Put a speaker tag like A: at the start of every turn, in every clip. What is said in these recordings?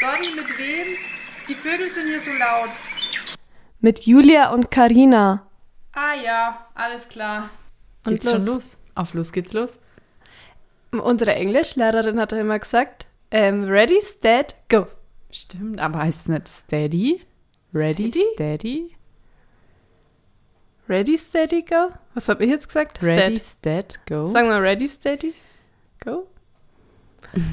A: Gabi, mit wem? Die Vögel sind hier so laut.
B: Mit Julia und Karina.
A: Ah ja, alles klar.
C: Und geht's schon los? Auf los geht's los.
B: Unsere Englischlehrerin hat immer gesagt, ähm, ready, stead, go.
C: Stimmt, aber heißt es nicht steady? Ready, steady? steady?
B: Ready, steady, go? Was habe ich jetzt gesagt?
C: Ready, stead, go.
B: Sagen wir ready, steady, go.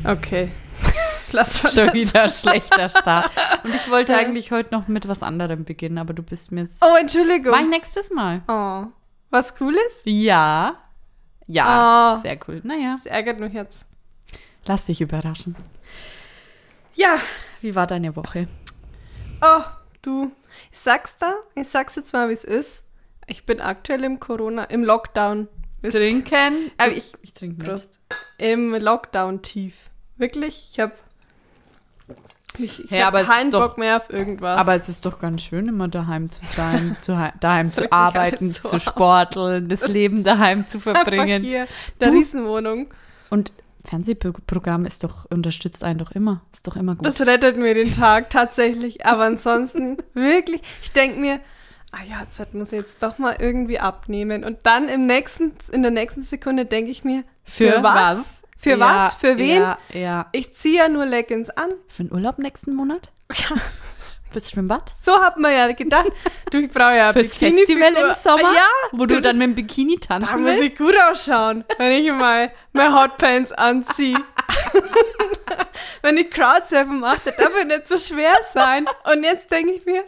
B: Okay.
C: Lass mal Schon wieder schlechter Start. Und ich wollte eigentlich heute noch mit was anderem beginnen, aber du bist mir jetzt.
B: Oh, Entschuldigung.
C: Mach ich nächstes Mal.
B: Oh. Was Cooles?
C: Ja. Ja. Sehr cool. Naja.
B: Das ärgert mich jetzt.
C: Lass dich überraschen.
B: Ja.
C: Wie war deine Woche?
B: Oh, du. Ich sag's da. Ich sag's jetzt mal, wie es ist. Ich bin aktuell im Corona, im Lockdown. Wisst-
C: Trinken?
B: Aber ich,
C: Ich trinke nicht.
B: Prost. Im Lockdown tief. Wirklich, ich habe ich, ich
C: Hey,
B: hab
C: aber es ist
B: keinen
C: doch-
B: Bock mehr auf irgendwas.
C: Aber es ist doch ganz schön, immer daheim zu sein, zu hei- daheim
B: Das
C: zu
B: regt mich alles
C: arbeiten,
B: so
C: zu
B: auf.
C: sporteln, das Leben daheim zu
B: Einfach
C: verbringen.
B: hier, der
C: Du-
B: Riesenwohnung.
C: Und Fernsehprogramm ist doch, unterstützt einen doch immer. Ist doch immer gut.
B: Das rettet mir den Tag tatsächlich. Aber ansonsten wirklich, ich denke mir, ah ja, das muss ich jetzt doch mal irgendwie abnehmen. Und dann im nächsten, in der nächsten Sekunde denke ich mir, Für
C: Ja,
B: was? Für wen?
C: Ja, ja.
B: Ich ziehe ja nur Leggings an.
C: Für den Urlaub nächsten Monat? Fürs Schwimmbad?
B: So hat man ja gedacht. Du, ich brauche ja
C: Fürs
B: Bikini-
C: Festival im
B: Figur.
C: Sommer?
B: Ja,
C: Wo du dann mit dem Bikini
B: Ah, Da
C: tanzen
B: muss
C: willst?
B: ich gut ausschauen, wenn ich mal meine Hotpants anziehe. wenn ich Crowdsurfen mache, das darf ja nicht so schwer sein. Und jetzt denke ich mir,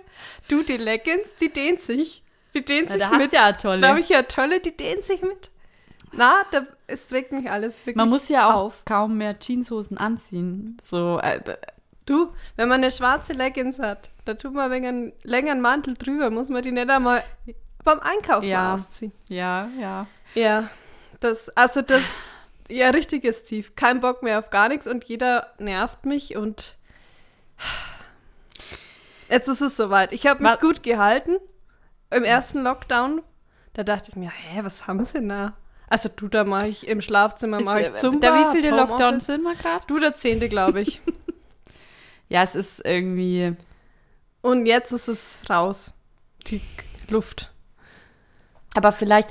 B: du, die Leggings, die dehnt sich. Die dehnt
C: Na,
B: sich
C: da hast
B: mit.
C: du ja eine tolle.
B: Da habe ich ja eine tolle, die dehnt sich mit. Na, da, es trägt mich alles wirklich
C: Man muss ja auch
B: auf.
C: kaum mehr Jeanshosen anziehen. So, äh,
B: Du, wenn man eine schwarze Leggings hat, da tut man wegen einen längeren Mantel drüber, muss man die nicht einmal beim Einkaufen
C: Ja.
B: ausziehen.
C: ja, ja.
B: Ja, das, also das, ja, richtiges Tief. Kein Bock mehr auf gar nichts und jeder nervt mich und jetzt ist es soweit. Ich habe mich
C: Wa-
B: gut gehalten im ersten Lockdown. Da dachte ich mir, hä, was haben sie denn da? Also du, da mache ich im Schlafzimmer, mache ich
C: Ist, äh,
B: zum
C: da wie viele Lockdowns sind wir gerade?
B: Du der Zehnte, glaube ich.
C: Ja, es ist irgendwie.
B: und jetzt ist es raus, die Luft.
C: Aber vielleicht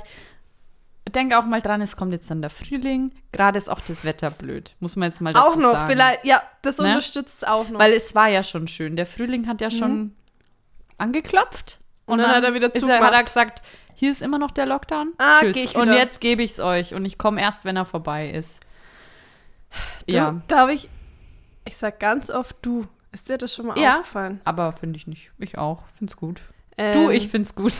C: denk auch mal dran, es kommt jetzt dann der Frühling. Gerade ist auch das Wetter blöd, muss man jetzt mal dazu
B: Auch noch,
C: sagen.
B: vielleicht, ja, das
C: Ne?
B: unterstützt es auch noch. Mhm.
C: Weil es war ja schon schön. Der Frühling hat ja schon angeklopft.
B: Und dann hat er wieder
C: ist er, hat er
B: zugemacht.
C: gesagt, hier ist immer noch der Lockdown.
B: Ah,
C: Tschüss.
B: geh ich
C: und
B: wieder.
C: jetzt gebe ich's euch. Und ich komme erst, wenn er vorbei ist.
B: Du,
C: Ja.
B: Da habe ich, ich sag ganz oft du. Ist dir das schon mal
C: Ja.
B: aufgefallen?
C: Aber finde ich nicht. Ich auch. Find's gut.
B: Ähm,
C: du, ich find's gut.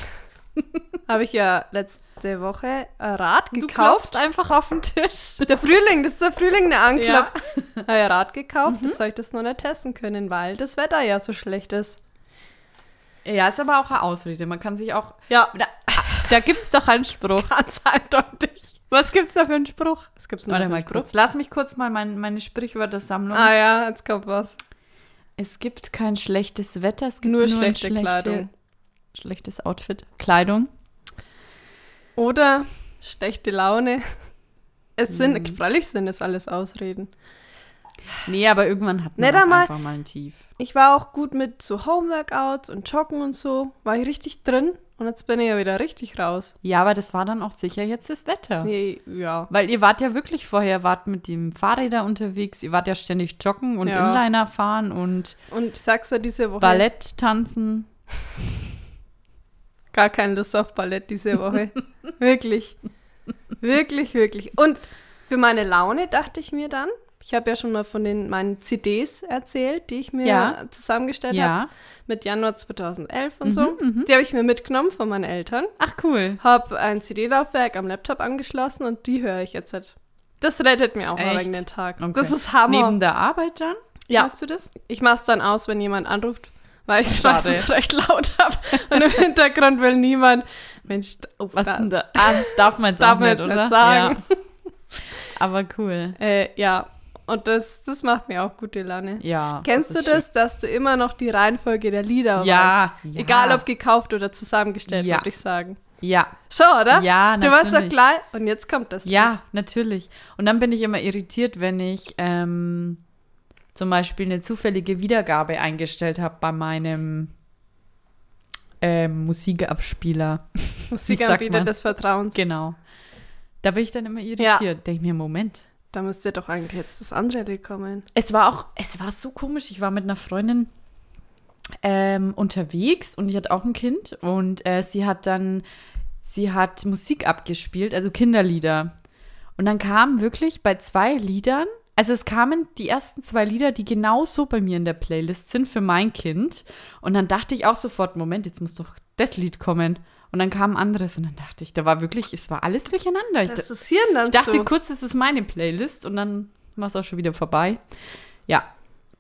B: Habe ich ja letzte Woche ein Rad
C: Du
B: gekauft.
C: klopfst einfach auf den Tisch.
B: Der Frühling, das ist der Frühling, der anklopft. Ja. Habe ich ein Rad gekauft,
C: Mhm.
B: jetzt habe ich das noch nicht testen können, weil das Wetter ja so schlecht ist.
C: Ja, ist aber auch eine Ausrede. Man kann sich auch.
B: Ja,
C: Da, da gibt's doch einen Spruch.
B: ganz eindeutig.
C: Was gibt's da für einen Spruch?
B: Es gibt's noch
C: Warte
B: einen
C: mal
B: Spruch.
C: kurz. Lass mich kurz mal mein, meine Sprichwörtersammlung.
B: Ah ja, jetzt kommt was.
C: Es gibt kein schlechtes Wetter, es gibt
B: Nur,
C: nur,
B: schlechte,
C: ein schlechte,
B: Kleidung.
C: Schlechtes Outfit. Kleidung.
B: Oder schlechte Laune. Es sind,
C: Mhm.
B: freilich sind es alles Ausreden.
C: Nee, aber irgendwann hat
B: Nicht
C: man auch
B: einmal-
C: einfach mal ein Tief.
B: Ich war auch gut mit so Homeworkouts und Joggen und so. War ich richtig drin und jetzt bin ich ja wieder richtig raus.
C: Ja, aber das war dann auch sicher jetzt das Wetter.
B: Nee, ja.
C: Weil ihr wart ja wirklich vorher, wart mit dem Fahrräder unterwegs, ihr wart ja ständig joggen und
B: Ja.
C: Inliner fahren und
B: Und ich sag's ja diese Woche.
C: Ballett tanzen.
B: Gar keine Lust auf Ballett diese Woche. wirklich. Wirklich, wirklich. Und für meine Laune dachte ich mir dann, ich habe ja schon mal von den, meinen CDs erzählt, die ich mir
C: Ja.
B: zusammengestellt habe
C: Ja. Mhm,
B: mit Januar 2011 und so. Die habe ich mir mitgenommen von meinen Eltern.
C: Ach cool.
B: Habe ein CD-Laufwerk am Laptop angeschlossen und die höre ich jetzt. Halt. Das rettet mir auch mal
C: Echt?
B: wegen den Tag.
C: Okay.
B: Das ist Hammer.
C: Neben der Arbeit dann?
B: Ja.
C: Hörst du das?
B: ich mache es dann aus, wenn jemand anruft, weil ich
C: Schade.
B: es recht laut habe. Und im Hintergrund will niemand. Mensch, da- oh,
C: Was
B: da-
C: denn da? Ah, darf man jetzt
B: Darf
C: auch
B: man
C: nicht,
B: jetzt
C: oder?
B: nicht sagen.
C: Ja. Aber cool.
B: Äh, ja, und das, das macht mir auch gute Laune.
C: Ja.
B: Kennst
C: ist
B: du das, dass du immer noch die Reihenfolge der Lieder
C: Ja,
B: weißt?
C: ja.
B: Egal ob gekauft oder zusammengestellt,
C: Ja.
B: würde ich sagen.
C: Schön. Ja.
B: Schon, oder?
C: Ja,
B: Du warst doch
C: natürlich.
B: gleich. Und jetzt kommt das.
C: Ja, natürlich. Und dann bin ich immer irritiert, wenn ich ähm, zum Beispiel eine zufällige Wiedergabe eingestellt habe bei meinem ähm, Musikabspieler.
B: Musikanbieter
C: man?
B: des Vertrauens.
C: Genau. Da bin ich dann immer irritiert. Denke ich mir, Moment.
B: Da müsste doch eigentlich jetzt das andere Lied kommen.
C: Es war auch, es war so komisch. Ich war mit einer Freundin ähm, unterwegs und die hat auch ein Kind und äh, sie hat dann, sie hat Musik abgespielt, also Kinderlieder. Und dann kamen wirklich bei zwei Liedern, also es kamen die ersten zwei Lieder, die genauso bei mir in der Playlist sind für mein Kind. Und dann dachte ich auch sofort, Moment, jetzt muss doch das Lied kommen. Und dann kam ein anderes und dann dachte ich, da war wirklich, es war alles durcheinander. Ich da-
B: Das ist hier dann
C: ich dachte
B: so.
C: kurz, es ist meine Playlist und dann war es auch schon wieder vorbei. Ja,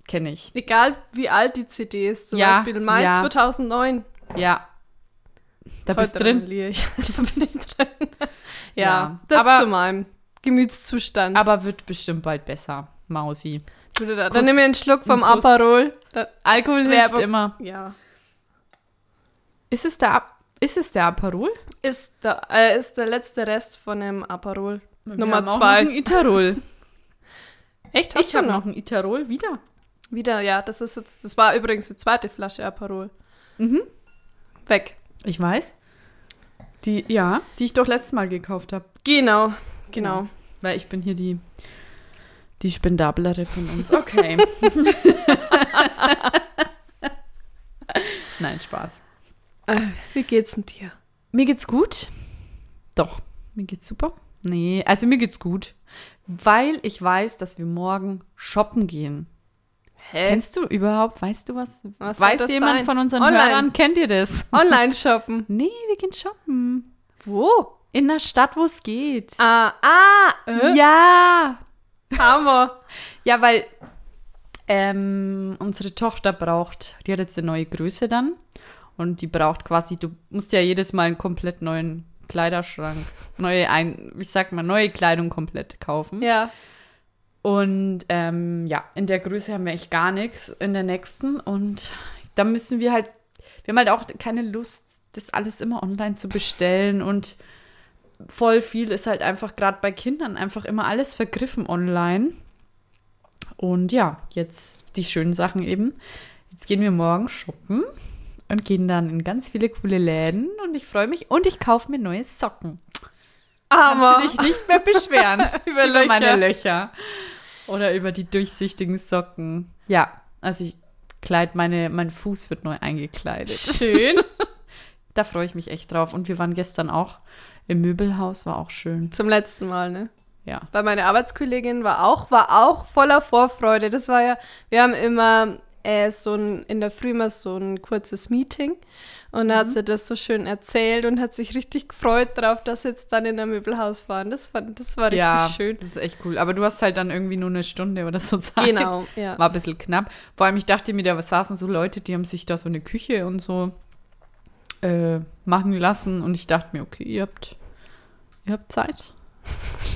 C: kenne ich.
B: Egal wie alt die CD ist, zum
C: Ja,
B: Beispiel Mai
C: ja.
B: 2009.
C: Ja. Da bist
B: Heute
C: drin.
B: rebelliere Ich. da bin ich drin. Ja,
C: Ja,
B: das
C: aber-
B: zu meinem Gemütszustand.
C: Aber wird bestimmt bald besser, Mausi.
B: Du, da, dann
C: Kuss.
B: nehme ich einen Schluck vom
C: Kuss.
B: Aperol. Da,
C: Alkohol
B: Werbung.
C: hilft immer.
B: ja.
C: Ist es der, Ap- ist es der Aperol?
B: Ist der, äh, ist der letzte Rest von dem Aperol. Nummer
C: Wir haben auch Noch ein
B: zwei.
C: Iterol.
B: Echt?
C: ich habe noch ein Iterol wieder.
B: Wieder, ja. Das ist jetzt, das war übrigens die zweite Flasche Aperol.
C: Mhm.
B: Weg.
C: Ich weiß. Die, ja, die ich doch letztes Mal gekauft habe.
B: Genau, genau.
C: Weil ich bin hier die, die Spendablere von uns. Okay. Nein, Spaß.
B: Äh, wie geht's denn dir?
C: Mir geht's gut. Doch, mir geht's super. Nee, also mir geht's gut. Weil ich weiß, dass wir morgen shoppen gehen.
B: Hä?
C: Kennst du überhaupt, weißt du was?
B: Was soll
C: weiß
B: das
C: jemand
B: sein?
C: von unseren
B: Online.
C: Hörern, kennt ihr das?
B: Online shoppen.
C: Nee, wir gehen shoppen.
B: Wo?
C: In der Stadt, wo es geht.
B: Ah, ah, äh?
C: Ja,
B: Hammer.
C: Ja, weil ähm, unsere Tochter braucht, die hat jetzt eine neue Größe dann und die braucht quasi, du musst ja jedes Mal einen komplett neuen Kleiderschrank, neue, ein, ich sag mal, neue Kleidung komplett kaufen.
B: Ja.
C: Und ähm, ja, in der Größe haben wir echt gar nichts in der nächsten und da müssen wir halt, wir haben halt auch keine Lust, das alles immer online zu bestellen und voll viel ist halt einfach gerade bei Kindern einfach immer alles vergriffen online. Und ja, jetzt die schönen Sachen eben. Jetzt gehen wir morgen shoppen und gehen dann in ganz viele coole Läden und ich freue mich und ich kaufe mir neue Socken.
B: Hammer.
C: Kannst du dich nicht mehr beschweren über,
B: Löcher.
C: meine Löcher oder über die durchsichtigen Socken. Ja, also ich kleid meine, mein Fuß wird neu eingekleidet.
B: Schön.
C: Da freue ich mich echt drauf. Und wir waren gestern auch im Möbelhaus, war auch schön.
B: Zum letzten Mal, ne?
C: Ja.
B: Weil meine Arbeitskollegin war auch, war auch voller Vorfreude. Das war ja, wir haben immer äh, so ein, in der Früh immer so ein kurzes Meeting und da hat sie das so schön erzählt und hat sich richtig gefreut drauf, dass sie jetzt dann in ein Möbelhaus fahren. Das, fand, das war richtig
C: ja,
B: schön.
C: Das ist echt cool. Aber du hast halt dann irgendwie nur eine Stunde oder so Zeit.
B: Genau, ja.
C: War ein bisschen knapp. Vor allem, ich dachte mir, da saßen so Leute, die haben sich da so eine Küche und so äh, machen lassen. Und ich dachte mir, okay, ihr habt, ihr habt Zeit.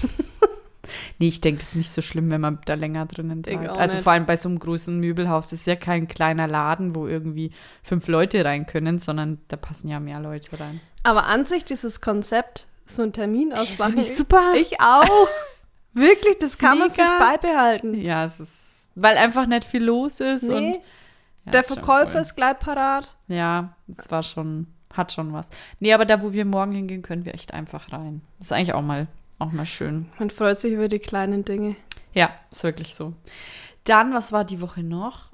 C: nee, ich denke, das ist nicht so schlimm, wenn man da länger drinnen
B: Denk
C: bleibt.
B: auch
C: Also
B: nicht.
C: vor allem bei so einem großen Möbelhaus, das ist ja kein kleiner Laden, wo irgendwie fünf Leute rein können, sondern da passen ja mehr Leute rein.
B: Aber an sich dieses Konzept, so einen Termin ausmachen.
C: ich super.
B: Ich auch. Wirklich, das kann man sich
C: Mega.
B: beibehalten.
C: Ja, es ist, weil einfach nicht viel los ist
B: Nee,
C: und ja,
B: der
C: ist schon
B: Verkäufer
C: cool.
B: ist gleich parat.
C: Ja, es war schon, hat schon was. Nee, aber da, wo wir morgen hingehen, können wir echt einfach rein. Das ist eigentlich auch mal, auch mal schön.
B: Man freut sich über die kleinen Dinge.
C: Ja, ist wirklich so. Dann, was war die Woche noch?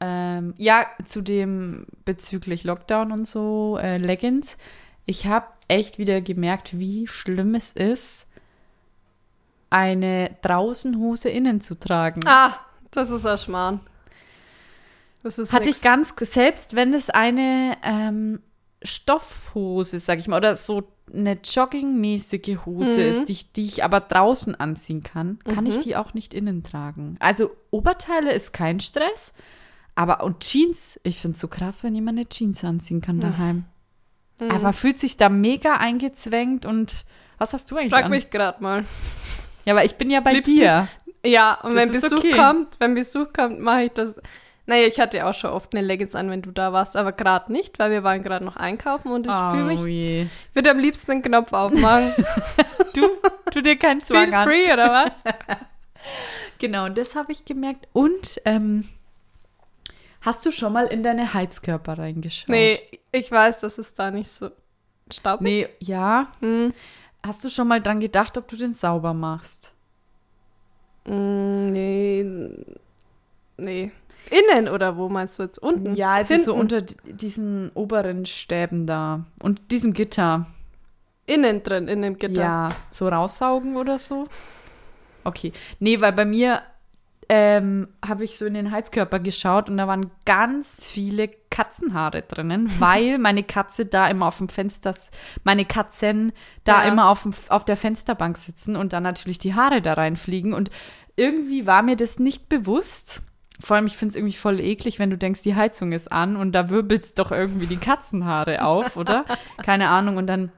C: Ähm, ja, zu dem bezüglich Lockdown und so, äh, Leggings. Ich habe echt wieder gemerkt, wie schlimm es ist, eine Draußenhose innen zu tragen.
B: Ah, das ist ein Schmarrn. Das ist
C: Hatte
B: nix.
C: ich ganz, selbst wenn es eine ähm, Stoffhose, sag ich mal, oder so eine joggingmäßige Hose
B: Mhm.
C: ist, die ich, die ich aber draußen anziehen kann, kann ich
B: Mhm.
C: die auch nicht innen tragen. Also Oberteile ist kein Stress, aber und Jeans, ich finde es so krass, wenn jemand eine Jeans anziehen kann
B: Hm.
C: daheim.
B: Mhm.
C: Aber fühlt sich da mega eingezwängt und was hast du eigentlich
B: Frag
C: an?
B: mich gerade mal.
C: Ja, aber ich bin ja bei
B: Liebsten-
C: dir.
B: Ja, und
C: Das
B: wenn
C: ist
B: Besuch
C: okay.
B: kommt, wenn Besuch kommt, mache ich das. Naja, ich hatte auch schon oft eine Leggings an, wenn du da warst, aber gerade nicht, weil wir waren gerade noch einkaufen und ich fühle mich,
C: Oh je.
B: ich würde am liebsten den Knopf aufmachen.
C: Du, tu dir keinen
B: Feel
C: Zwang an.
B: free, oder was?
C: Genau, und das habe ich gemerkt. Und ähm, hast du schon mal in deine Heizkörper reingeschaut?
B: Nee, ich weiß, dass es da nicht so staubig
C: Nee, ja.
B: Hm.
C: Hast du schon mal dran gedacht, ob du den sauber machst?
B: Mm, Nee. Nee. Innen oder wo meinst du jetzt? Unten?
C: Ja, also so
B: Hinten?
C: unter di- diesen oberen Stäben da und diesem Gitter.
B: Innen drin, in dem Gitter.
C: Ja, so raussaugen oder so. Okay. Nee, weil bei mir ähm, habe ich so in den Heizkörper geschaut und da waren ganz viele Katzenhaare drinnen, weil meine Katze da immer auf dem Fenster, meine Katzen da
B: Ja.
C: immer auf, dem, auf der Fensterbank sitzen und dann natürlich die Haare da reinfliegen. Und irgendwie war mir das nicht bewusst. Vor allem, ich finde es irgendwie voll eklig, wenn du denkst, die Heizung ist an und da wirbelst doch irgendwie die Katzenhaare auf, oder? Keine Ahnung. Und dann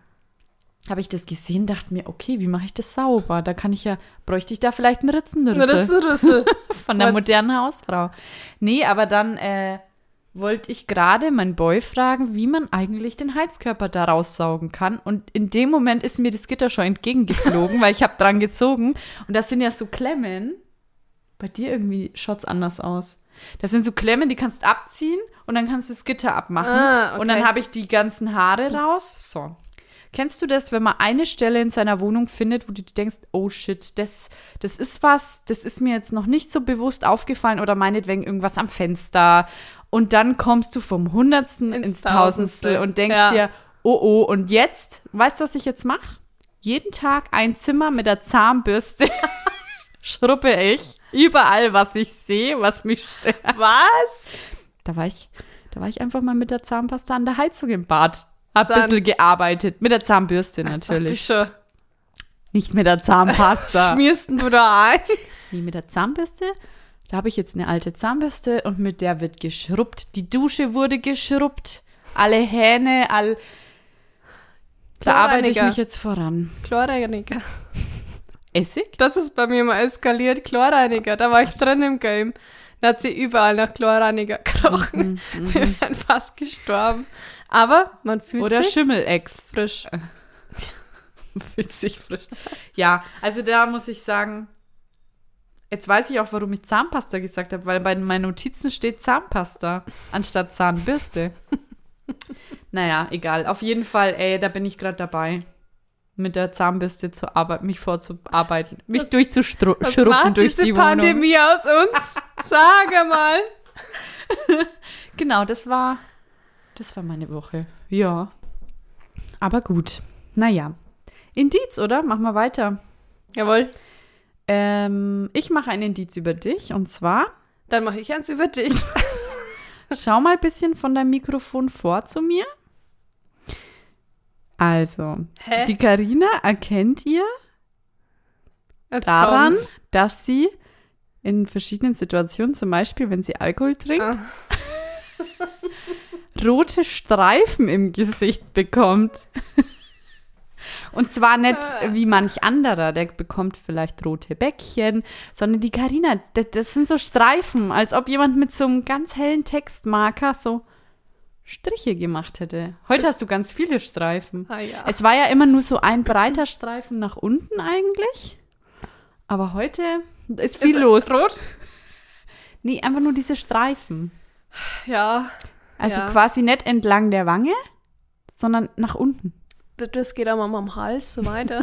C: habe ich das gesehen, dachte mir, okay, wie mache ich das sauber? Da kann ich ja, bräuchte ich da vielleicht einen
B: Ein
C: Ritzenrüssel
B: Ritzenrüssel.
C: von der
B: Was?
C: modernen Hausfrau. Nee, aber dann äh, wollte ich gerade meinen Boy fragen, wie man eigentlich den Heizkörper da raussaugen kann. Und in dem Moment ist mir das Gitter schon entgegengeflogen, weil ich habe dran gezogen. Und das sind ja so Klemmen. Bei dir irgendwie schaut's anders aus. Das sind so Klemmen, die kannst abziehen und dann kannst du das Gitter abmachen.
B: Ah, okay.
C: Und dann habe ich die ganzen Haare raus. So. Kennst du das, wenn man eine Stelle in seiner Wohnung findet, wo du dir denkst, oh shit, das, das ist was, das ist mir jetzt noch nicht so bewusst aufgefallen oder meinetwegen irgendwas am Fenster. Und dann kommst du vom Hundertsten ins,
B: Ins
C: Tausendstel
B: Tausendstel.
C: und denkst
B: Ja.
C: dir, oh oh, und jetzt, weißt du, was ich jetzt mache? Jeden Tag ein Zimmer mit der Zahnbürste schruppe ich überall, was ich sehe, was mich stört.
B: Was?
C: Da war ich, da war ich einfach mal mit der Zahnpasta an der Heizung im Bad. Hab ein
B: Zahn-
C: bisschen gearbeitet. Mit der Zahnbürste
B: Dachte ich
C: natürlich.
B: schon.
C: Nicht mit der Zahnpasta.
B: Schmierst du da ein?
C: nee, mit der Zahnbürste. Da habe ich jetzt eine alte Zahnbürste und mit der wird geschrubbt. Die Dusche wurde geschrubbt. Alle Hähne, all. Da arbeite ich
B: Chlorreiniger.
C: mich jetzt voran.
B: Chlorreiniger.
C: Essig?
B: Das ist bei mir mal eskaliert. Chlorreiniger, da war ich drin im Game. Da hat sie überall nach Chlorreiniger gerochen.
C: Mhm,
B: Wir wären fast gestorben. Aber man fühlt
C: Oder
B: sich
C: Schimmelex.
B: frisch.
C: Witzig frisch. Ja, also da muss ich sagen, jetzt weiß ich auch, warum ich Zahnpasta gesagt habe, weil bei meinen Notizen steht Zahnpasta anstatt Zahnbürste. naja, egal. Auf jeden Fall, ey, da bin ich gerade dabei, mit der Zahnbürste zu arbeiten, mich vorzuarbeiten, mich
B: Was
C: durchzuschruppen
B: macht
C: durch
B: diese
C: die Wohnung.
B: Pandemie aus uns? Sage mal.
C: Genau, das war, das war meine Woche. Ja. Aber gut. Naja. Indiz, oder? Machen wir weiter.
B: Jawohl.
C: Ähm, ich mache einen Indiz über dich und zwar
B: Dann mache ich eins über dich.
C: schau mal ein bisschen von deinem Mikrofon vor zu mir. Also,
B: Hä?
C: die Karina erkennt ihr
B: Jetzt
C: daran,
B: kommt's.
C: dass sie in verschiedenen Situationen, zum Beispiel wenn sie Alkohol
B: Ah.
C: trinkt, rote Streifen im Gesicht bekommt. Und zwar nicht
B: Ah.
C: wie manch anderer, der bekommt vielleicht rote Bäckchen, sondern die Karina, das, das sind so Streifen, als ob jemand mit so einem ganz hellen Textmarker so Striche gemacht hätte. Heute hast du ganz viele Streifen.
B: Ah, ja.
C: Es war ja immer nur so ein breiter Streifen nach unten eigentlich. Aber heute ist viel
B: Ist
C: los.
B: Rot?
C: Nee, einfach nur diese Streifen.
B: Ja.
C: Also
B: Ja.
C: quasi nicht entlang der Wange, sondern nach unten.
B: Das geht aber mal am Hals so weiter.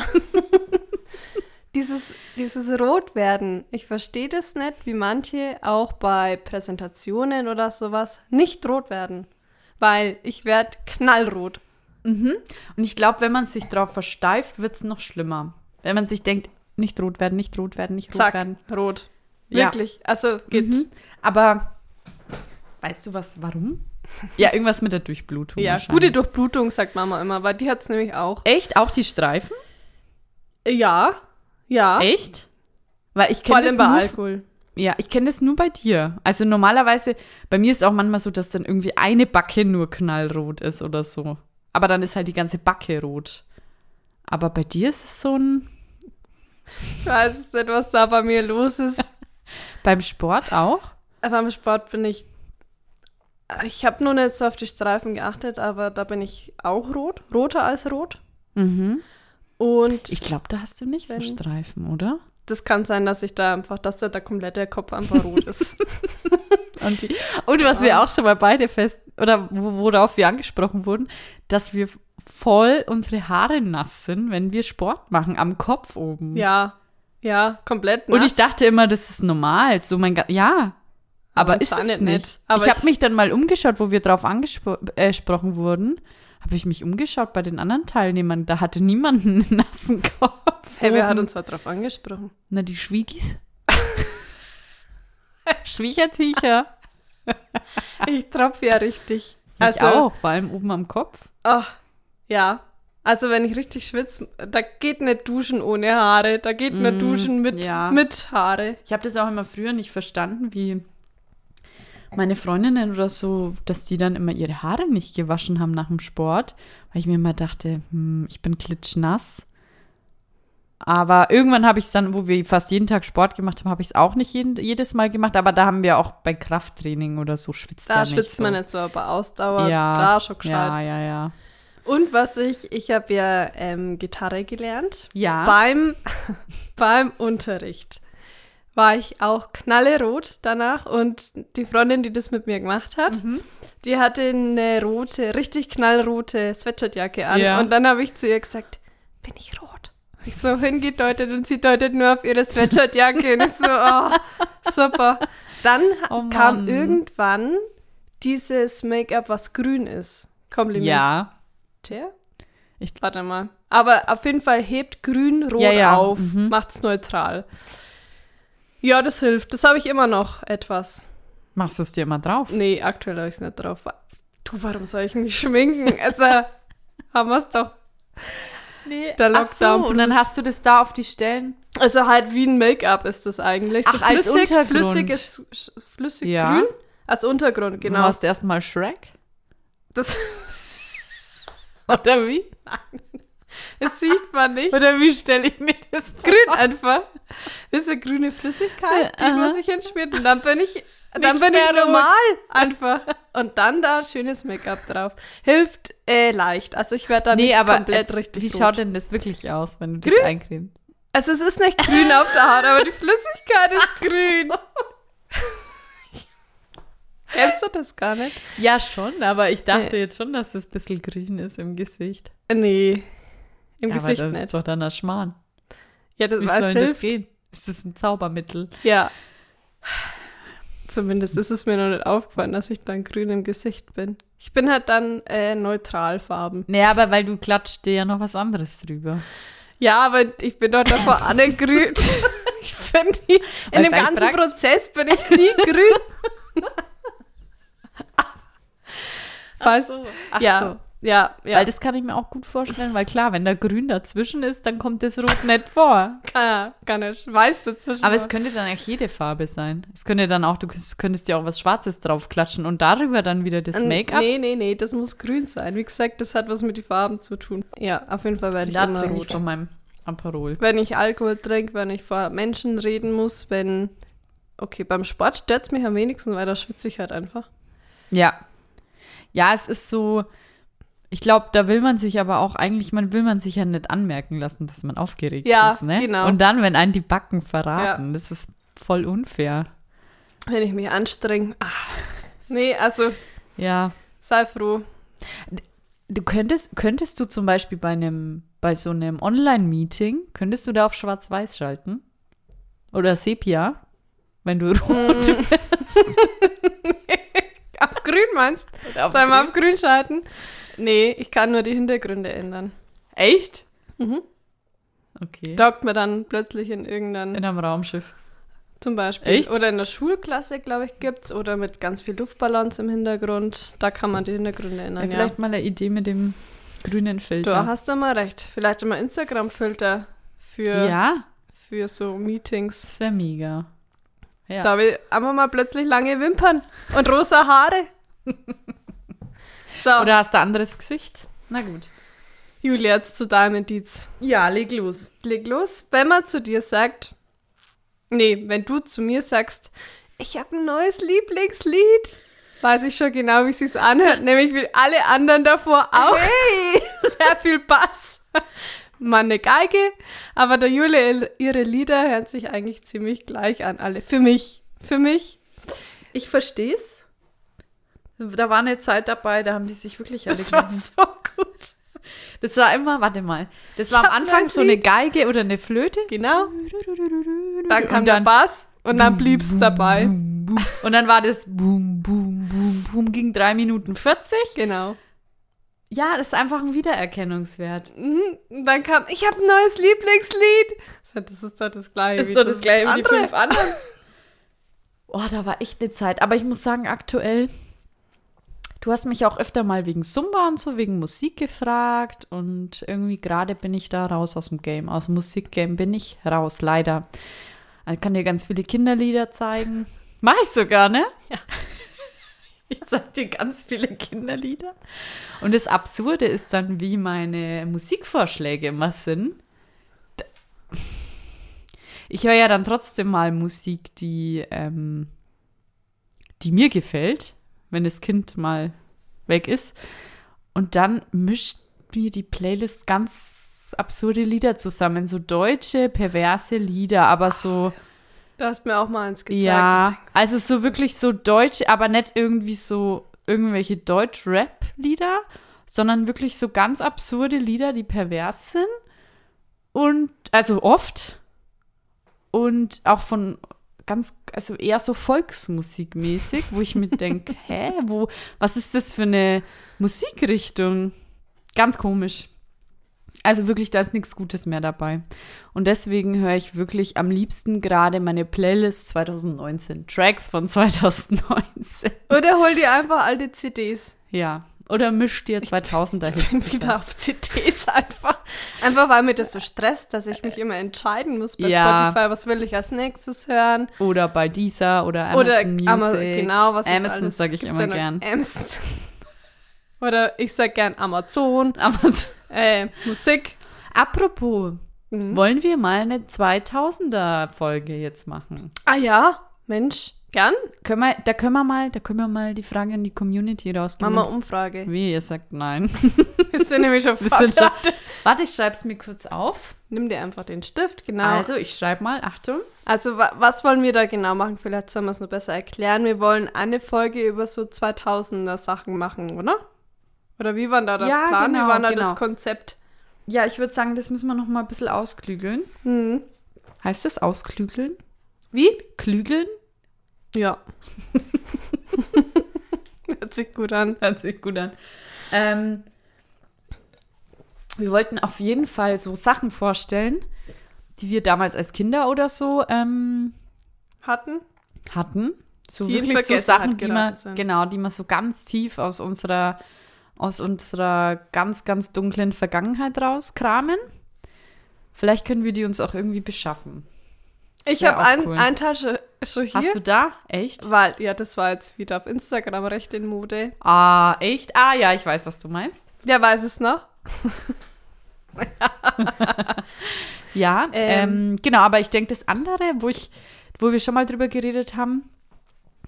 B: dieses, dieses Rotwerden. Ich verstehe das nicht, wie manche auch bei Präsentationen oder sowas nicht rot werden. Weil ich werde knallrot.
C: Und ich glaube, wenn man sich drauf versteift, wird es noch schlimmer. Wenn man sich denkt, nicht rot werden, nicht rot werden, nicht rot
B: Zack,
C: werden.
B: rot.
C: Ja.
B: Wirklich. Also geht.
C: Mhm. Aber weißt du was, warum? Ja, irgendwas mit der Durchblutung.
B: Ja,
C: wahrscheinlich.
B: gute Durchblutung, sagt Mama immer, weil die hat es nämlich auch.
C: Echt? Auch die Streifen?
B: Ja, ja.
C: Echt? Weil ich
B: Vor
C: kenne
B: allem
C: das
B: bei
C: nur
B: Alkohol.
C: Ja, ich kenne das nur bei dir. Also normalerweise, bei mir ist auch manchmal so, dass dann irgendwie eine Backe nur knallrot ist oder so. Aber dann ist halt die ganze Backe rot. Aber bei dir ist es so ein.
B: Ich weiß es nicht, was da bei mir los ist.
C: Beim Sport auch?
B: Aber Also am Sport bin ich. Ich habe nur nicht so auf die Streifen geachtet, aber da bin ich auch rot. Roter als rot.
C: Mhm.
B: Und
C: Ich glaube, da hast du nicht so
B: Wenn-
C: Streifen, oder?
B: das kann sein, dass ich da einfach, dass da der komplette Kopf einfach rot ist.
C: Und, die, und was wir auch schon mal beide fest, oder wo, worauf wir angesprochen wurden, dass wir voll unsere Haare nass sind, wenn wir Sport machen, am Kopf oben.
B: ja, ja, komplett. Nass.
C: Und ich dachte immer, das ist normal. So mein, Ga- ja, aber ist es
B: anscheinend
C: nicht.
B: nicht. Aber
C: ich habe
B: ich-
C: mich dann mal umgeschaut, wo wir drauf angesprochen äh, gesprochen wurden. Habe ich mich umgeschaut bei den anderen Teilnehmern. Da hatte niemand einen nassen Kopf.
B: hey, wer hat
C: oben.
B: uns da drauf angesprochen?
C: Na, die Schwiegis. Schwiegertücher.
B: Ich tropfe ja richtig.
C: Also, Ah. ich auch, vor allem oben am Kopf.
B: Ach, ja. Also wenn ich richtig schwitze, da geht nicht duschen ohne Haare, da geht nur
C: Mm,
B: duschen mit,
C: ja.
B: mit Haare.
C: Ich habe das auch immer früher nicht verstanden, wie meine Freundinnen oder so, dass die dann immer ihre Haare nicht gewaschen haben nach dem Sport, weil ich mir immer dachte, hm, ich bin klitschnass. Aber irgendwann habe ich es dann, wo wir fast jeden Tag Sport gemacht haben, habe ich es auch nicht jeden, jedes Mal gemacht. Aber da haben wir auch bei Krafttraining oder so schwitzt
B: Da
C: ja nicht
B: schwitzt
C: so.
B: man nicht so, aber Ausdauer,
C: ja,
B: da schon gescheit.
C: Ja, ja, ja.
B: Und was ich, ich habe ja ähm, Gitarre gelernt.
C: Ja.
B: Beim, beim Unterricht war ich auch knallerot danach und die Freundin, die das mit mir gemacht
C: Mhm.
B: hat, die hatte eine rote, richtig knallrote Sweatshirtjacke an.
C: Ja.
B: Und dann habe ich zu ihr gesagt, bin ich rot? Hab Ich so hingedeutet und sie deutet nur auf ihre Sweatshirtjacke. und ich so, oh, super. Dann ha-
C: Oh Mann.
B: kam irgendwann dieses Make-up, was grün ist. Kompliment.
C: Ja.
B: Tja.
C: Ich-
B: Warte mal. Aber auf jeden Fall hebt grün rot
C: Ja, ja,
B: auf,
C: mhm.
B: macht's neutral. Ja, das hilft. Das habe ich immer noch etwas.
C: Machst du es dir immer drauf?
B: Nee, aktuell habe ich es nicht drauf. Wa- Du, warum soll ich mich schminken? Also, haben wir es doch.
C: Nee,
B: der
C: ach so,
B: Lockdown
C: Und dann
B: Blues.
C: hast du das da auf die Stellen.
B: Also halt wie ein Make-up ist das eigentlich. So
C: Ach, als
B: flüssig,
C: Untergrund.
B: flüssig ist sch- flüssig
C: Ja.
B: grün. Als Untergrund,
C: Du
B: genau.
C: hast erstmal Shrek.
B: Das,
C: Oder wie?
B: das sieht man nicht.
C: Oder wie stelle ich mir das vor?
B: grün einfach. Das ist eine grüne Flüssigkeit, die
C: Aha.
B: muss ich entschmieren. Und dann bin ich, dann bin
C: mehr
B: ich
C: rot.
B: normal einfach. Und dann da schönes Make-up drauf. Hilft äh, leicht. Also ich werde da
C: Nee,
B: nicht
C: aber
B: komplett
C: jetzt,
B: richtig
C: wie
B: rot.
C: schaut denn das wirklich aus, wenn du dich
B: Grün?
C: eincremst?
B: Also es ist nicht grün auf der Haut, aber die Flüssigkeit ist grün. Kennst du das gar nicht?
C: Ja, schon, aber ich
B: dachte
C: jetzt schon, dass es ein bisschen grün ist im Gesicht.
B: Nee, im
C: Im aber
B: Gesicht
C: das
B: nicht.
C: ist doch dann ein Schmarrn.
B: Ja, das,
C: Wie
B: was
C: soll denn das
B: hilft?
C: gehen? Ist das ein Zaubermittel?
B: Ja. Zumindest ist es mir noch nicht aufgefallen, dass ich dann grün im Gesicht bin. Ich bin halt dann äh, neutralfarben.
C: Nee, aber weil du klatscht dir ja noch was anderes drüber.
B: Ja, aber ich bin doch davor alle grün. Ich bin nie, in
C: Weil's
B: dem
C: eigentlich
B: ganzen
C: prakt-
B: Prozess bin ich nie grün. Falls,
C: Ach
B: ja,
C: so.
B: ja, ja,
C: Weil das kann ich mir auch gut vorstellen, weil klar, wenn da grün dazwischen ist, dann kommt das Rot nicht vor.
B: kann er, kann er, weiß dazwischen.
C: Aber es könnte dann eigentlich jede Farbe sein. Es könnte dann auch, du könntest, könntest dir auch was Schwarzes draufklatschen und darüber dann wieder das
B: Ähm,
C: Make-up.
B: Nee, nee, nee, das muss grün sein. Wie gesagt, das hat was mit den Farben zu tun. Ja, auf jeden Fall werde ich
C: da
B: immer
C: trinke
B: rot.
C: ich von meinem Aperol.
B: wenn ich Alkohol trinke, wenn ich vor Menschen reden muss, wenn. Okay, beim Sport stört es mich am wenigsten, weil da schwitze ich halt einfach.
C: Ja. Ja, es ist so, ich glaube, da will man sich aber auch eigentlich, man will man sich ja nicht anmerken lassen, dass man aufgeregt
B: Ja,
C: ist. Ne?
B: genau.
C: Und dann, wenn einen die Backen verraten, das ist voll unfair.
B: Wenn ich mich anstrenge. Ah. Nee, also
C: Ja.
B: sei froh.
C: Du könntest, könntest du zum Beispiel bei einem, bei so einem Online-Meeting, könntest du da auf Schwarz-Weiß schalten? Oder Sepia, wenn du rot
B: Auf grün meinst du?
C: auf
B: Sei mal
C: grün-
B: auf grün schalten. Nee, ich kann nur die Hintergründe ändern.
C: Echt?
B: Mhm.
C: Okay.
B: Taugt mir dann plötzlich in irgendeinem,
C: In einem Raumschiff.
B: zum Beispiel.
C: Echt?
B: Oder in der Schulklasse, glaube ich, gibt's. Oder mit ganz viel Luftballons im Hintergrund. Da kann man die Hintergründe ändern.
C: Ja,
B: Ja,
C: vielleicht mal eine Idee mit dem grünen Filter.
B: Du hast da mal recht. Vielleicht immer Instagram-Filter für.
C: ja,
B: für so Meetings.
C: das wäre mega. Ja.
B: Da will einmal mal plötzlich lange Wimpern und rosa Haare. So,
C: Oder hast du ein anderes Gesicht? Na gut.
B: Julia, jetzt zu deinem Indiz.
C: Ja, leg los.
B: Leg los, wenn man zu dir sagt, nee, wenn du zu mir sagst, ich habe ein neues Lieblingslied, weiß ich schon genau, wie sie es anhört, nämlich wie alle anderen davor auch. Sehr viel Bass. mal eine Geige. Aber der Jule, ihre Lieder hören sich eigentlich ziemlich gleich an, alle. Für mich. Für mich.
C: Ich versteh's. Da war eine Zeit dabei, da haben die sich wirklich alle
B: Das war
C: genommen.
B: so gut.
C: Das war immer, warte mal, das war
B: Ich
C: am
B: hab
C: Anfang
B: mein
C: so eine
B: Lied.
C: Geige oder eine Flöte.
B: Genau. Hm, Dann kam
C: und
B: der
C: dann,
B: Bass und dann blieb's dabei.
C: und dann war das Boom, Boom, Boom, Boom, ging drei Minuten 40.
B: Genau.
C: Ja, das ist einfach ein Wiedererkennungswert.
B: Mhm. Und dann kam, ich habe ein neues Lieblingslied. Ich sag, Das ist doch das gleiche. wie das andere.
C: anderen. Oh, da war echt eine Zeit. Aber ich muss sagen, aktuell, du hast mich auch öfter mal wegen Zumba und so, wegen Musik gefragt. Und irgendwie gerade bin ich da raus aus dem Game. Aus dem Musikgame bin ich raus, leider. Also Ich kann dir ganz viele Kinderlieder zeigen. Mach ich sogar, ne? Ja. Ich zeig dir ganz viele Kinderlieder. Und das Absurde ist dann, wie meine Musikvorschläge immer sind. Ich höre ja dann trotzdem mal Musik, die, ähm, die mir gefällt, wenn das Kind mal weg ist. Und dann mischt mir die Playlist ganz absurde Lieder zusammen. So deutsche, perverse Lieder, aber so,
B: Du hast mir auch mal eins gezeigt.
C: ja. Also so wirklich so deutsche, aber nicht irgendwie so irgendwelche Deutsch-Rap-Lieder, sondern wirklich so ganz absurde Lieder, die pervers sind. Und, also oft und auch von ganz, also eher so Volksmusikmäßig, wo ich mir denke, hä, wo, was ist das für eine Musikrichtung? Ganz komisch. Also wirklich, da ist nichts Gutes mehr dabei. Und deswegen höre ich wirklich am liebsten gerade meine Playlist 2019, Tracks von 2019.
B: Oder hol dir einfach alte CDs.
C: Ja. Oder mischt dir 2000er Hits.
B: Fängt wieder auf CDs einfach. Einfach weil mir das so stresst, dass ich mich immer entscheiden muss bei
C: Ja.
B: Spotify, was will ich als nächstes hören.
C: Oder bei dieser oder Amazon
B: Oder
C: Music.
B: Ama- genau, was ist
C: Amazon
B: alles.
C: sage ich
B: Gibt's da
C: immer
B: noch
C: gern.
B: Amazon. Oder ich sag gern Amazon,
C: Amazon.
B: äh, Musik.
C: Apropos,
B: Mhm.
C: wollen wir mal eine 2000er-Folge jetzt machen?
B: Ah ja, Mensch, gern.
C: Können wir, da können wir mal, da können wir mal die Frage an die Community rausgeben.
B: Machen wir Umfrage.
C: Wie, ihr sagt nein.
B: Wir sind nämlich schon
C: Wir sind schon,
B: verabschiedet.
C: warte, ich schreib's mir kurz auf.
B: Nimm dir einfach den Stift, genau.
C: Also, ich schreibe mal, Achtung.
B: Also wa was wollen wir da genau machen? Vielleicht sollen wir es noch besser erklären. Wir wollen eine Folge über so 2000er Sachen machen, oder? Oder wie war da der
C: Ja,
B: Plan?
C: genau,
B: wie war da
C: genau.
B: das Konzept?
C: Ja, ich würde sagen, das müssen wir noch mal ein bisschen ausklügeln.
B: Hm.
C: Heißt das ausklügeln?
B: Wie?
C: Klügeln?
B: Ja. Hört sich gut an.
C: Hört sich gut an. Ähm, wir wollten auf jeden Fall so Sachen vorstellen, die wir damals als Kinder oder so ähm,
B: Hatten?
C: hatten. So
B: Die in
C: wirklich so
B: Vergessenheit
C: Sachen, die
B: geraten
C: man,
B: sind.
C: genau, die man so ganz tief aus unserer, aus unserer ganz, ganz dunklen Vergangenheit rauskramen. Vielleicht können wir die uns auch irgendwie beschaffen.
B: Ich
C: wär
B: habe
C: auch
B: ein,
C: cool.
B: ein Tasche schon hier.
C: Hast du da? Echt?
B: weil, ja, das war jetzt wieder auf Instagram recht in Mode.
C: Ah, echt? Ah ja, ich weiß, was du meinst.
B: Wer weiß es noch?
C: Ja, ähm,
B: Ähm.
C: genau, aber ich denke, das andere, wo ich, wo wir schon mal drüber geredet haben,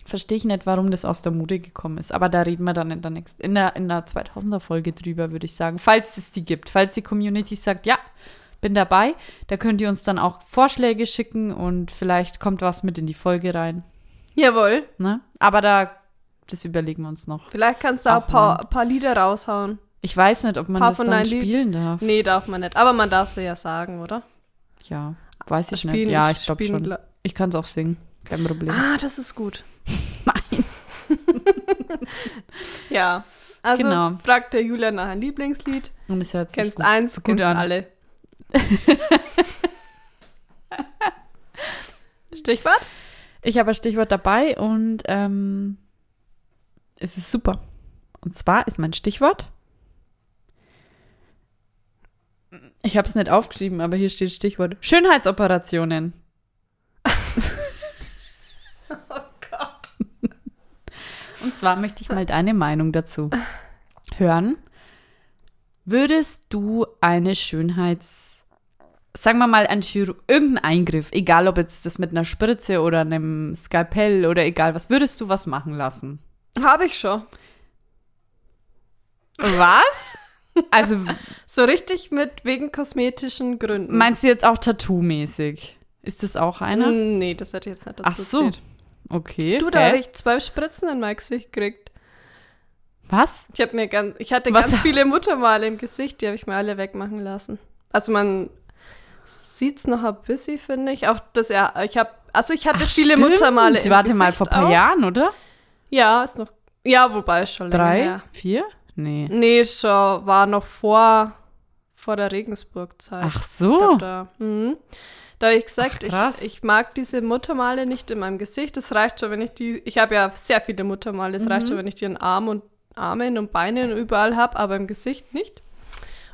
C: verstehe ich nicht, warum das aus der Mode gekommen ist. Aber da reden wir dann in der nächsten, in der, in der 2000er Folge drüber, würde ich sagen. Falls es die gibt, falls die Community sagt, ja, bin dabei, da könnt ihr uns dann auch Vorschläge schicken und vielleicht kommt was mit in die Folge rein.
B: Jawohl.
C: Ne? Aber da, das überlegen wir uns noch.
B: Vielleicht kannst du auch
C: Auch
B: ein paar, paar Lieder raushauen.
C: Ich weiß nicht, ob man
B: Paar
C: das
B: von
C: dann
B: deinen Lied-
C: spielen darf.
B: Nee, darf man nicht. Aber man darf sie ja sagen, oder?
C: Ja, weiß ich
B: Spielen-
C: nicht. Ja, ich glaube
B: spielen
C: schon.
B: gla-
C: Ich kann es auch singen. Kein Problem.
B: Ah, das ist gut.
C: Nein.
B: Ja. Also
C: Genau.
B: fragt der Julia nach ein Lieblingslied.
C: Und es hört sich
B: Kennst
C: gut,
B: eins,
C: gut
B: kennst
C: an.
B: alle. Stichwort?
C: Ich habe ein Stichwort dabei und ähm, es ist super. Und zwar ist mein Stichwort. Ich habe es nicht aufgeschrieben, aber hier steht Stichwort Schönheitsoperationen.
B: Oh Gott.
C: Und zwar möchte ich mal deine Meinung dazu hören. Würdest du eine Schönheits, sagen wir mal, ein Chirur irgendeinen Eingriff, egal ob jetzt das mit einer Spritze oder einem Skalpell oder egal was, würdest du was machen lassen?
B: Habe ich schon.
C: Was? Also
B: So richtig mit wegen kosmetischen Gründen.
C: meinst du jetzt auch Tattoo-mäßig? Ist das auch einer?
B: Mm, Nee, das hätte ich jetzt nicht dazu
C: Ach so.
B: Zählt.
C: Okay.
B: Du, da
C: Hä?
B: habe ich zwei Spritzen in mein Gesicht gekriegt.
C: Was?
B: Ich, hab mir ganz, ich hatte
C: Was?
B: ganz viele Muttermale im Gesicht, die habe ich mir alle wegmachen lassen. Also man sieht es noch ein bisschen, finde ich. Auch das, ja, ich habe, also ich hatte viele
C: stimmt.
B: Muttermale im
C: Warte
B: Gesicht
C: mal, vor ein paar
B: auch.
C: Jahren, oder?
B: Ja, ist noch, ja, wobei ist schon länger
C: Drei?
B: her. Hm,
C: Vier? Nee.
B: Nee, schon, war noch vor, vor der Regensburg-Zeit.
C: Ach
B: Ich
C: so.
B: glaub, da, mhm. da habe ich gesagt,
C: Oh. Ach, krass.
B: ich, ich mag diese Muttermale nicht in meinem Gesicht. Es reicht schon, wenn ich die. Ich habe ja sehr viele Muttermale. Es
C: Mhm.
B: reicht schon, wenn ich die an Arm und Armen und Beinen und überall habe, aber im Gesicht nicht.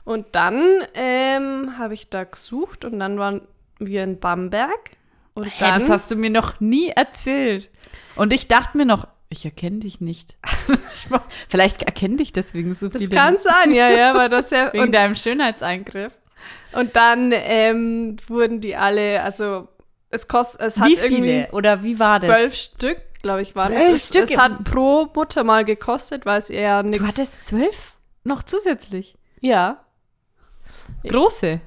B: Und dann ähm, habe ich da gesucht und dann waren wir in Bamberg. Und
C: Hä,
B: dann,
C: das hast du mir noch nie erzählt. Und ich dachte mir noch, ich erkenne dich nicht. Ich war- Vielleicht erkenne dich deswegen so
B: das
C: viele.
B: kann sein, ja, ja, weil das ja.
C: wegen
B: Und
C: deinem Schönheitseingriff.
B: Und dann ähm, wurden die alle, also es kostet, es hat
C: Wie
B: irgendwie
C: viele? Oder wie war
B: zwölf
C: das?
B: Stück, glaube ich, waren
C: Zwölf
B: es. Es-
C: Stück
B: Es hat pro Mutter mal gekostet, weil es eher nichts.
C: Du hattest zwölf? Noch zusätzlich?
B: ja
C: Große?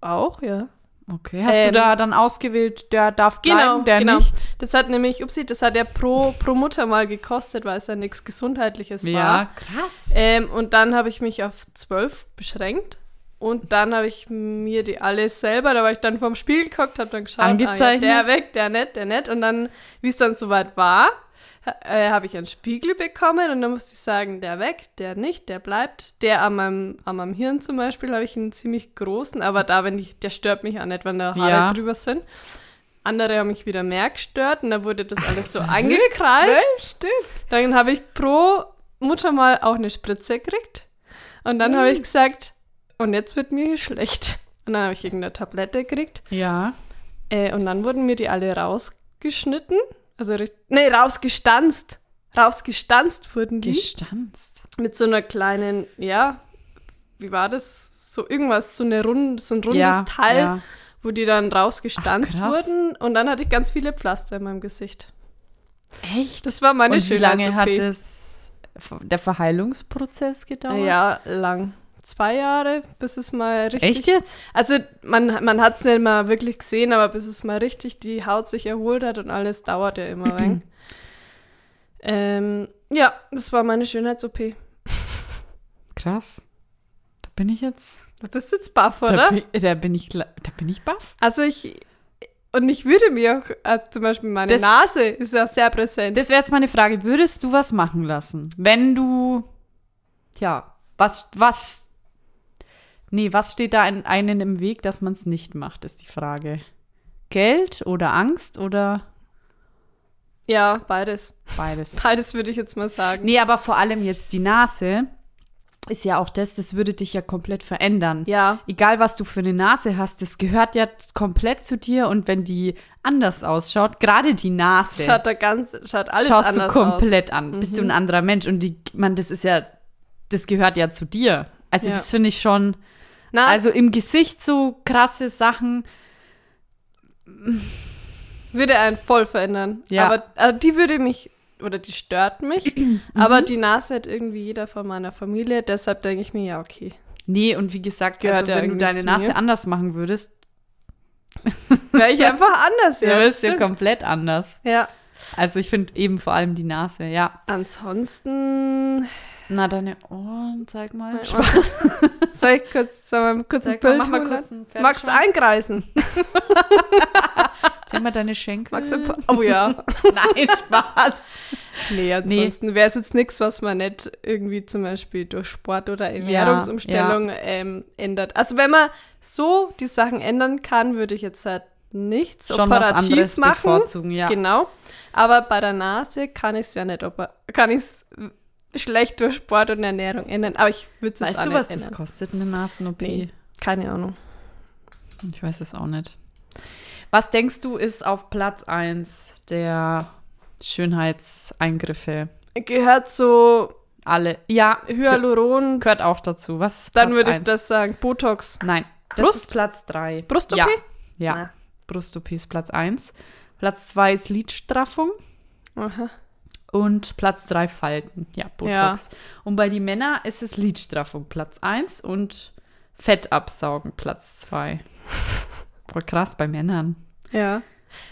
B: auch, ja.
C: Okay. Hast du
B: Ähm,
C: da dann ausgewählt, der darf bleiben,
B: Genau,
C: der
B: genau.
C: nicht?
B: Das hat nämlich, upsi, das hat ja pro pro Mutter mal gekostet, weil es ja nichts gesundheitliches
C: Ja,
B: war.
C: krass.
B: Ähm, und dann habe ich mich auf zwölf beschränkt. Und dann habe ich mir die alle selber, da war ich dann vorm Spiel geguckt, habe dann geschaut,
C: Angezeichnet.
B: Ah, ja, der weg, der nicht, der nicht. Und dann, wie es dann soweit war, ha- äh, habe ich einen Spiegel bekommen und dann musste ich sagen, der weg, der nicht, der bleibt. Der an meinem, an meinem Hirn zum Beispiel habe ich einen ziemlich großen, aber da, wenn ich, der stört mich auch nicht, wenn da Haare
C: Ja.
B: drüber sind. Andere haben mich wieder mehr gestört und da wurde das alles so angekreist.
C: Stück.
B: Dann habe ich pro Mutter mal auch eine Spritze gekriegt. Und dann
C: Mm.
B: habe ich gesagt, und jetzt wird mir hier schlecht. Und dann habe ich irgendeine Tablette gekriegt.
C: Ja.
B: Äh, und dann wurden mir die alle rausgeschnitten. Also, richt- nee, rausgestanzt. Rausgestanzt wurden die.
C: Gestanzt.
B: mit so einer kleinen, ja, wie war das? So irgendwas, so, eine Rund, so ein rundes
C: ja,
B: Teil,
C: Ja.
B: wo die dann rausgestanzt
C: Ach, krass.
B: wurden. Und dann hatte ich ganz viele Pflaster in meinem Gesicht.
C: Echt?
B: Das war meine
C: Und wie lange
B: Schönheits-OP.
C: hat das, der Verheilungsprozess gedauert?
B: Ja, lang. Zwei Jahre, bis es mal richtig.
C: Echt jetzt?
B: Also man, man hat es nicht mal wirklich gesehen, aber bis es mal richtig die Haut sich erholt hat und alles dauert ja immer lang. ähm, ja, das war meine Schönheits-OP.
C: Krass. Da bin ich jetzt.
B: Du bist jetzt baff,
C: Da
B: oder?
C: bin, da bin ich, gla- da bin ich baff.
B: Also ich. Und ich würde mir auch, äh, zum Beispiel meine
C: Das-
B: Nase ist ja sehr präsent.
C: Das wäre jetzt meine Frage. Würdest du was machen lassen, wenn du, tja, was, was, nee, was steht da in, einen im Weg, dass man es nicht macht, ist die Frage. Geld oder Angst oder
B: ja, beides.
C: beides?
B: Beides würde ich jetzt mal sagen.
C: Nee, aber vor allem jetzt die Nase ist ja auch das, das würde dich ja komplett verändern.
B: Ja.
C: Egal, was du für eine Nase hast, das gehört ja komplett zu dir und wenn die anders ausschaut, gerade die Nase,
B: Schaut da ganz, schaut alles
C: schaust du
B: anders aus. Mhm.
C: komplett an. Bist du ein anderer Mensch und die, man, das ist ja, das gehört ja zu dir. Also
B: Ja. Ah.
C: das finde ich schon,
B: Na,
C: also im Gesicht so krasse Sachen.
B: würde einen voll verändern.
C: Ja.
B: Aber also die würde mich, oder die stört mich.
C: Mhm.
B: aber die Nase hat irgendwie jeder von meiner Familie. Deshalb denke ich mir, ja, okay.
C: Nee, und wie gesagt,
B: Gehört
C: also,
B: ja
C: wenn du
B: irgendwie
C: deine
B: zu
C: Nase
B: mir.
C: anders machen würdest,
B: Wäre ich einfach anders.
C: dann
B: ja,
C: wärst du ja komplett anders.
B: ja.
C: Also ich finde eben vor allem die Nase, ja.
B: Ansonsten
C: Na, deine Ohren, zeig mal.
B: soll ich kurz soll mal kurz ein
C: Sag mal,
B: Bild
C: mach mal
B: holen?
C: kurz einen Pferdeschwanz.
B: Magst du einkreisen?
C: Zeig mal deine Schenkel.
B: Magst du ein paar- Oh ja.
C: Nein, Spaß.
B: Nee, ansonsten wäre es jetzt nichts, was man nicht irgendwie zum Beispiel durch Sport oder Ernährungsumstellung ähm, ändert. Also wenn man so die Sachen ändern kann, würde ich jetzt halt nichts
C: Schon was
B: operativ
C: anderes
B: machen.
C: bevorzugen, ja.
B: Genau. Aber bei der Nase kann ich es ja nicht, oper- kann ich es schlecht durch Sport und Ernährung ändern. Aber ich würde es
C: Weißt
B: auch
C: du,
B: nicht
C: was das
B: ändern.
C: kostet, eine Nasen-OP?
B: Nee, keine Ahnung.
C: Ich weiß es auch nicht. Was denkst du, ist auf Platz 1 der Schönheitseingriffe?
B: Gehört so
C: Alle. Ja, gehört-
B: Hyaluron,
C: gehört auch dazu. Was ist
B: dann
C: Platz
B: würde ich
C: eins?
B: das sagen. Botox.
C: Nein, das
B: Brust?
C: ist Platz 3.
B: Brust-OP?
C: Ja, ja.
B: Na.
C: Brust-OP ist Platz 1. Platz 2 ist Lidstraffung.
B: Aha.
C: und Platz 3 Falten. Ja, Botox. Und bei den Männern ist es Lidstraffung Platz 1 und Fett absaugen Platz 2. Voll krass bei Männern.
B: Ja.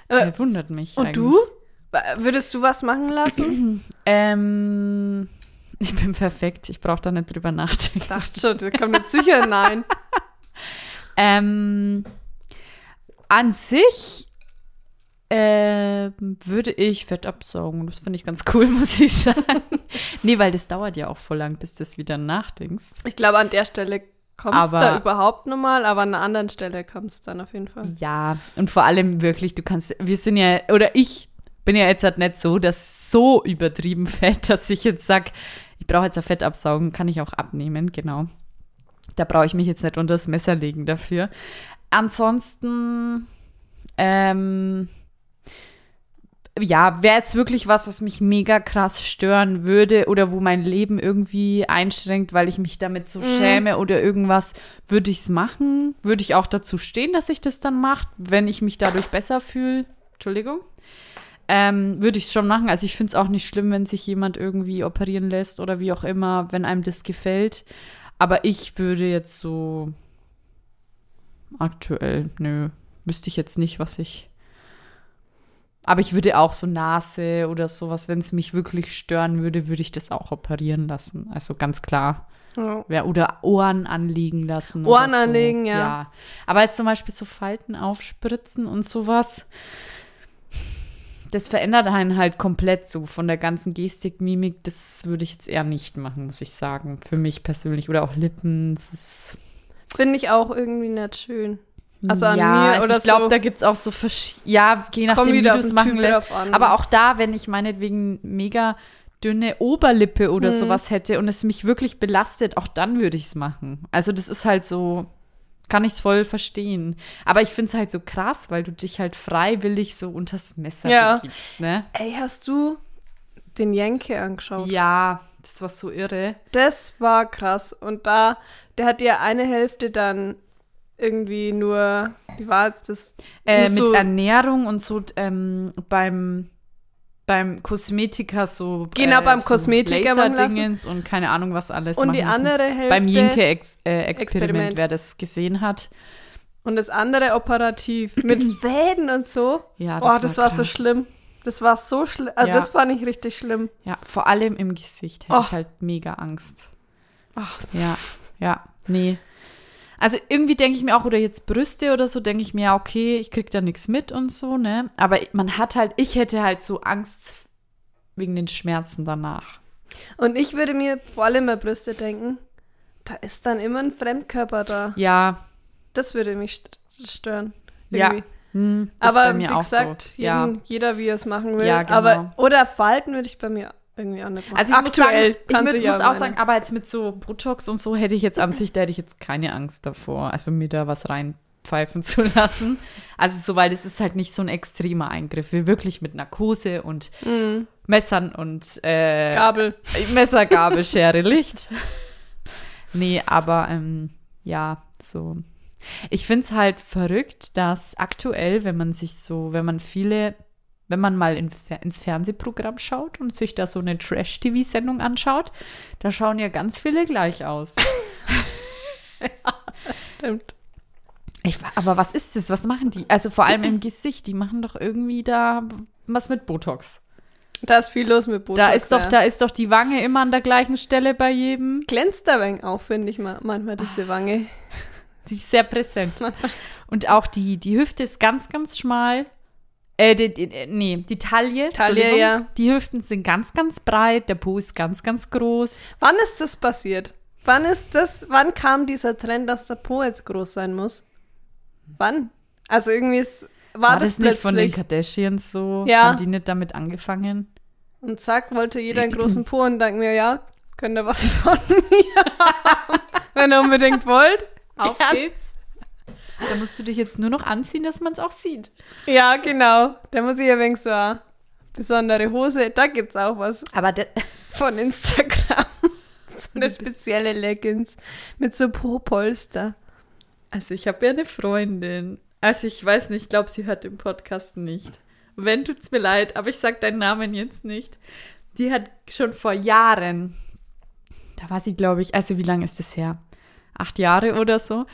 B: Äh,
C: Das wundert mich.
B: und
C: eigentlich.
B: du? W- Würdest du was machen lassen?
C: Ähm, ich bin perfekt. Ich brauche da nicht drüber nachdenken.
B: Dachte schon, da kommt jetzt sicher nein.
C: Ähm, an sich ähm, würde ich Fett absaugen. Das finde ich ganz cool, muss ich sagen. nee, weil das dauert ja auch voll lang, bis du das wieder nachdenkst.
B: Ich glaube, an der Stelle kommst du
C: Aber-
B: da überhaupt nochmal, aber an einer anderen Stelle kommst du dann auf jeden Fall.
C: Ja, und vor allem wirklich, du kannst, wir sind ja, oder ich bin ja jetzt halt nicht so, dass so übertrieben fett, dass ich jetzt sag, ich brauche jetzt ein Fett absaugen, kann ich auch abnehmen, genau. Da brauche ich mich jetzt nicht unter das Messer legen dafür. Ansonsten, ähm, ja, wäre jetzt wirklich was, was mich mega krass stören würde oder wo mein Leben irgendwie einschränkt, weil ich mich damit so schäme oder irgendwas, würde ich es machen? Würde ich auch dazu stehen, dass ich das dann mache, wenn ich mich dadurch besser fühle? Entschuldigung. Ähm, würde ich es schon machen. Also ich finde es auch nicht schlimm, wenn sich jemand irgendwie operieren lässt oder wie auch immer, wenn einem das gefällt. Aber ich würde jetzt so aktuell, nö, wüsste ich jetzt nicht, was ich. Aber ich würde auch so Nase oder sowas, wenn es mich wirklich stören würde, würde ich das auch operieren lassen. Also ganz klar.
B: Ja.
C: Ja, oder Ohren anlegen lassen.
B: Ohren
C: oder so.
B: anlegen, ja.
C: Aber jetzt zum Beispiel so Falten aufspritzen und sowas, das verändert einen halt komplett so von der ganzen Gestik, Mimik. Das würde ich jetzt eher nicht machen, muss ich sagen. Für mich persönlich. Oder auch Lippen. Das ist,
B: Finde ich auch irgendwie nicht schön. Also an
C: ja,
B: mir
C: also
B: oder
C: ich glaube,
B: so.
C: da gibt es auch so verschiedene, ja, je nachdem, wie
B: wieder
C: du
B: auf
C: es
B: den
C: machen
B: Typ
C: lässt.
B: drauf an.
C: Aber auch da, wenn ich meinetwegen mega dünne Oberlippe oder
B: Mhm.
C: sowas hätte und es mich wirklich belastet, auch dann würde ich es machen. Also das ist halt so, kann ich es voll verstehen. Aber ich finde es halt so krass, weil du dich halt freiwillig so unters Messer
B: Ja.
C: begibst, ne?
B: Ey, hast du den Jenke angeschaut?
C: Ja, das war so irre.
B: Das war krass. Und da, der hat ja eine Hälfte dann irgendwie nur, wie war jetzt das?
C: äh,
B: Nicht
C: mit
B: so-
C: Ernährung und so ähm, beim beim Kosmetiker so
B: Genau,
C: äh,
B: beim
C: so
B: Kosmetiker beim
C: Laserdingens und keine Ahnung was alles
B: und die
C: machen lassen.
B: andere Hälfte.
C: beim Jinke Ex äh, Experiment,
B: Experiment.
C: wer das gesehen hat
B: Und das andere operativ. Mit Wäden und so.
C: Ja,
B: das,
C: Ah, das
B: oh, das war,
C: war
B: so
C: krass.
B: schlimm. Das war so schlimm. Also,
C: Ja.
B: das fand ich richtig schlimm.
C: ja vor allem im Gesicht hätte
B: Oh.
C: ich halt mega Angst ja ja nee also irgendwie denke ich mir auch oder jetzt Brüste oder so denke ich mir ja, okay ich krieg da nichts mit und so ne aber man hat halt ich hätte halt so Angst wegen den Schmerzen danach
B: Und ich würde mir vor allem bei Brüste denken, da ist dann immer ein Fremdkörper da.
C: ja
B: Das würde mich st- stören.
C: Ja.
B: Irgendwie.
C: Hm, das ist
B: Aber
C: bei mir
B: wie
C: auch
B: gesagt,
C: so. Ja.
B: jeden, jeder wie er es machen will.
C: Ja, genau.
B: Aber oder Falten würde ich bei mir irgendwie auch nicht machen.
C: Also ich muss sagen, ich
B: kannst
C: würd-
B: du ja
C: muss auch
B: meine.
C: sagen, aber jetzt mit so Botox und so hätte ich jetzt an sich, da hätte ich jetzt keine Angst davor, also mir da was reinpfeifen zu lassen. Also so, weil das ist halt nicht so ein extremer Eingriff, wie wirklich mit Narkose und Messern und äh,
B: Hm, Gabel.
C: Messer, Gabel, Schere, Licht. Nee, aber ähm, ja, so. Ich finde es halt verrückt, dass aktuell, wenn man sich so, wenn man viele, wenn man mal in, Fer- ins Fernsehprogramm schaut und sich da so eine Trash-TV-Sendung anschaut, da schauen ja ganz viele gleich aus.
B: Stimmt.
C: Ich, wa- aber was ist das? Was machen die? Also vor allem im Gesicht, die machen doch irgendwie da was mit Botox.
B: Da ist viel los mit Botox.
C: da ist doch,
B: ja.
C: da ist doch die Wange immer an der gleichen Stelle bei jedem.
B: Glänzt der Weng auch, finde ich ma- manchmal diese Wange.
C: Die ist sehr präsent. Und auch die, die Hüfte ist ganz, ganz schmal. Äh, die, die, äh, nee, die Taille.
B: Taille,
C: Entschuldigung.
B: ja.
C: Die Hüften sind ganz, ganz breit, der Po ist ganz, ganz groß.
B: Wann ist das passiert? Wann ist das, wann kam dieser Trend, dass der Po jetzt groß sein muss? Wann? Also irgendwie ist, war,
C: War
B: das,
C: das nicht von den
B: plötzlich.
C: Kardashians so?
B: Ja.
C: Haben die nicht damit angefangen?
B: und zack, wollte jeder einen großen Po und dachte mir, ja, könnt ihr was von mir haben, wenn ihr unbedingt wollt.
C: Auf
B: Ja.
C: geht's. Da musst du dich jetzt nur noch anziehen, dass man es auch sieht.
B: Ja, genau. Da muss ich ja wenig so eine besondere Hose. Da gibt's auch was
C: Aber der,
B: von Instagram. so eine spezielle Leggings mit so Po-Polster.
C: Also ich habe ja eine Freundin. Also ich weiß nicht, ich glaube, sie hört den Podcast nicht. Wenn tut's mir leid, aber ich sag deinen Namen jetzt nicht. die hat schon vor Jahren, da war sie, glaube ich, also wie lange ist das her? Acht Jahre oder so.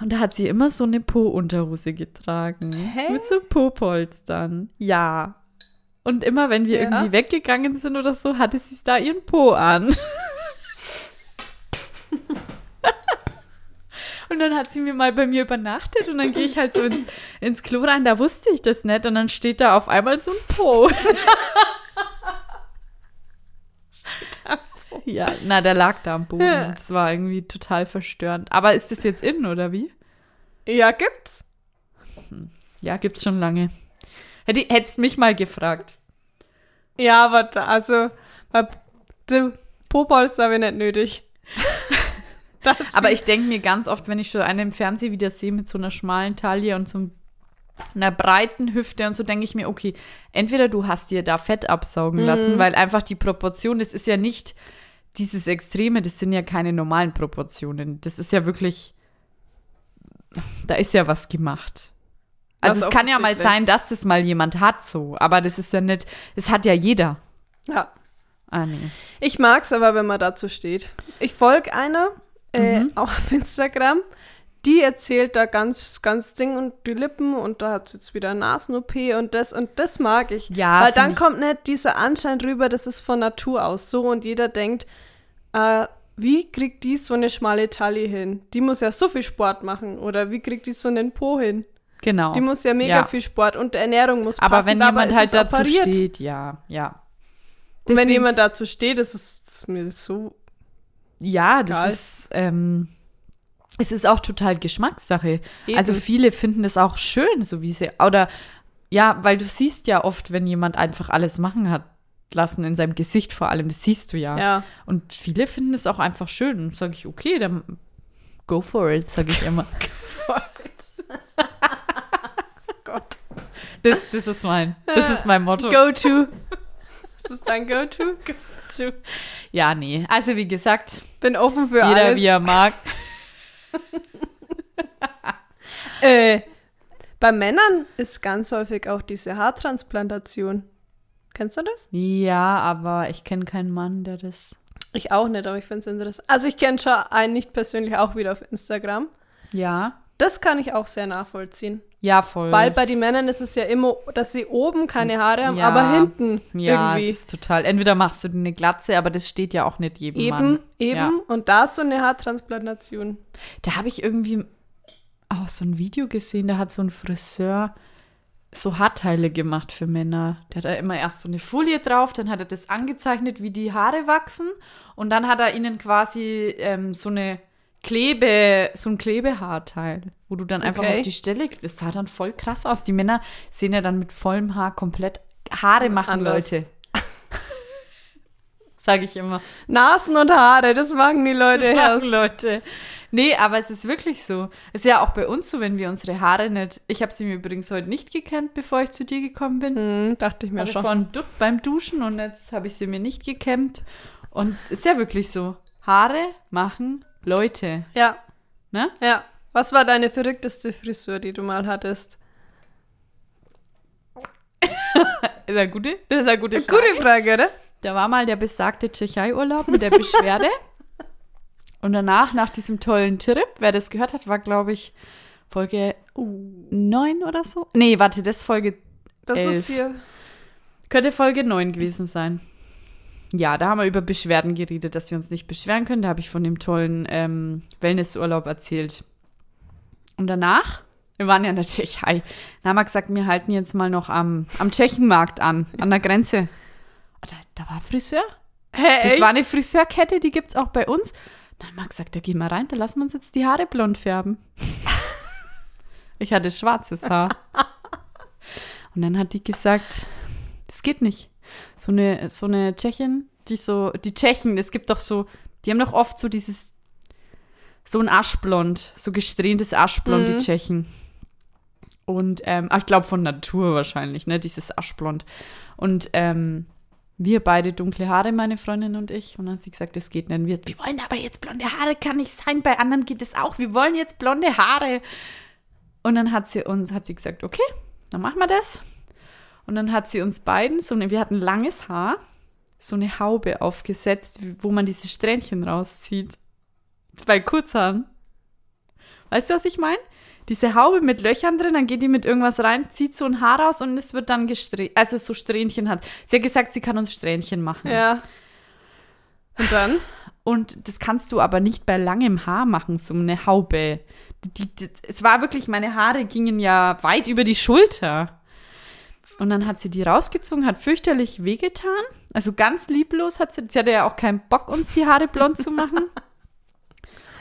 C: Und da hat sie immer so eine Po-Unterhose getragen.
B: Hä?
C: Mit so Po-Polstern. Ja. Und immer, wenn
B: Ja.
C: wir irgendwie weggegangen sind oder so, hatte sie da ihren Po an. Und dann hat sie mir mal bei mir übernachtet und dann gehe ich halt so ins, ins Klo rein, da wusste ich das nicht und dann steht da auf einmal so ein Po. ja, na, der lag da am Boden.
B: Ja.
C: Das war irgendwie total verstörend. Aber ist das jetzt in oder wie?
B: Ja, gibt's.
C: Ja, gibt's schon lange. Hätte, hättest mich mal gefragt.
B: Ja, aber da, also, bei dem Popolster habe ich nicht nötig. Das
C: Aber ich denke mir ganz oft, wenn ich so einen im Fernsehen wieder sehe mit so einer schmalen Taille und so einem- einer breiten Hüfte und so, denke ich mir, okay, entweder du hast dir da Fett absaugen
B: Mhm.
C: lassen, weil einfach die Proportion, das ist ja nicht dieses Extreme, das sind ja keine normalen Proportionen. Das ist ja wirklich, da ist ja was gemacht. Also
B: Das
C: es kann ja mal
B: offensichtlich.
C: sein, dass das mal jemand hat so, aber das ist ja nicht, das hat ja jeder.
B: ja.
C: Ah, nee.
B: Ich mag's aber, wenn man dazu steht. Ich folge einer, äh,
C: Mhm.
B: auch auf Instagram, die erzählt da ganz, ganz Ding und die Lippen und da hat sie jetzt wieder Nasen-OP und das und das mag ich.
C: Ja,
B: Weil
C: find
B: dann
C: ich-
B: kommt nicht dieser Anschein rüber, das ist von Natur aus so und jeder denkt, äh, wie kriegt die so eine schmale Taille hin? Die muss ja so viel Sport machen oder wie kriegt die so einen Po hin?
C: Genau.
B: Die muss ja mega
C: Ja.
B: viel Sport und Ernährung muss
C: aber
B: passen,
C: wenn
B: dabei
C: jemand
B: ist
C: halt
B: es
C: dazu
B: operiert.
C: steht, ja, ja.
B: Und wenn
C: Deswegen-
B: jemand dazu steht, ist es ist mir so
C: Ja, das
B: Egal.
C: ist, ähm, es ist auch total Geschmackssache.
B: Eben.
C: Also viele finden das auch schön, so wie sie, oder ja, weil du siehst ja oft, wenn jemand einfach alles machen hat lassen, in seinem Gesicht vor allem, das siehst du ja.
B: Ja.
C: Und viele finden es auch einfach schön. Und sage ich, okay, dann go for it, sage ich immer.
B: Oh Gott.
C: Das, das ist mein, das ist mein Motto.
B: Go-To. Das ist dein Go-To.
C: Ja, nee. Also wie gesagt,
B: Bin offen für
C: jeder
B: alles.
C: wie er mag.
B: Äh, bei Männern ist ganz häufig auch diese Haartransplantation. Kennst du das?
C: Ja, aber ich kenne keinen Mann, der das.
B: Ich auch nicht, aber ich finde es interessant. Also ich kenne schon einen nicht persönlich auch wieder auf Instagram.
C: Ja.
B: Das kann ich auch sehr nachvollziehen.
C: Ja, voll.
B: Weil bei den Männern ist es ja immer, dass sie oben keine Haare haben,
C: Ja.
B: aber hinten
C: Ja,
B: irgendwie.
C: es ist total. Entweder machst du dir eine Glatze, aber das steht ja auch nicht jedem
B: Eben,
C: Mann.
B: eben.
C: Ja.
B: Und da ist so eine Haartransplantation.
C: Da habe ich irgendwie auch so ein Video gesehen, da hat so ein Friseur so Haarteile gemacht für Männer. Der hat da immer erst so eine Folie drauf, dann hat er das angezeichnet, wie die Haare wachsen und dann hat er ihnen quasi ähm, so eine Klebe, so ein Klebehaarteil, wo du dann einfach
B: Okay.
C: auf die Stelle, das sah dann voll krass aus. Die Männer sehen ja dann mit vollem Haar komplett Haare machen,
B: Anders.
C: Leute. Sage ich immer.
B: Nasen und Haare, das machen die Leute
C: Das machen
B: erst.
C: Leute. Nee, aber es ist wirklich so. Es ist ja auch bei uns so, wenn wir unsere Haare nicht. Ich habe sie mir übrigens heute nicht gekämmt, bevor ich zu dir gekommen bin.
B: Hm, dachte ich mir
C: Hatte
B: schon.
C: vorhin Dutt beim Duschen und jetzt habe ich sie mir nicht gekämmt. Und ist ja wirklich so. Haare machen Leute.
B: Ja,
C: Ne?
B: ja. Was war deine verrückteste Frisur, die du mal hattest?
C: Ist eine gute, das ist eine gute Frage.
B: Gute Frage, oder?
C: Da war mal der besagte Tschechei-Urlaub mit der Beschwerde. Und danach, nach diesem tollen Trip, wer das gehört hat, war, glaube ich, Folge Uh. 9 oder so. Nee, warte, das Folge.
B: Das ist
C: Elf.
B: hier.
C: Könnte Folge 9 gewesen sein. Ja, da haben wir über Beschwerden geredet, dass wir uns nicht beschweren können. Da habe ich von dem tollen ähm, Wellnessurlaub erzählt. Und danach, wir waren ja in der Tschechei, da haben wir gesagt, wir halten jetzt mal noch am, am Tschechenmarkt an, an der Grenze. Ah, Da, da war Friseur.
B: Hä,
C: Das
B: echt?
C: war eine Friseurkette, die gibt es auch bei uns. Dann haben wir gesagt, da gehen wir rein, da lassen wir uns jetzt die Haare blond färben. ich hatte schwarzes Haar. Und dann hat die gesagt, das geht nicht. So eine, so eine Tschechin, die so, die Tschechen, es gibt doch so, die haben doch oft so dieses, so ein Aschblond, so gesträhntes Aschblond, die Tschechen. Und, ähm, ah, ich glaube von Natur wahrscheinlich, ne, dieses Aschblond. Und, ähm, wir beide dunkle Haare, meine Freundin und ich. Und dann hat sie gesagt, das geht nicht. Wir, wir wollen aber jetzt blonde Haare, kann nicht sein. Bei anderen geht es auch. Wir wollen jetzt blonde Haare. Und dann hat sie uns, hat sie gesagt, okay, dann machen wir das. Und dann hat sie uns beiden so eine, wir hatten langes Haar, so eine Haube aufgesetzt, wo man diese Strähnchen rauszieht. Bei Kurzhaaren. Weißt du, was ich meine? Diese Haube mit Löchern drin, dann geht die mit irgendwas rein, zieht so ein Haar raus und es wird dann gestrehen, also so Strähnchen hat. Sie hat gesagt, sie kann uns Strähnchen machen.
B: Ja. Und dann?
C: Und das kannst du aber nicht bei langem Haar machen, so eine Haube. Die, die, es war wirklich, meine Haare gingen ja weit über die Schulter. Und dann hat sie die rausgezogen, hat fürchterlich wehgetan. Also ganz lieblos hat sie, sie hatte ja auch keinen Bock, uns die Haare blond zu machen.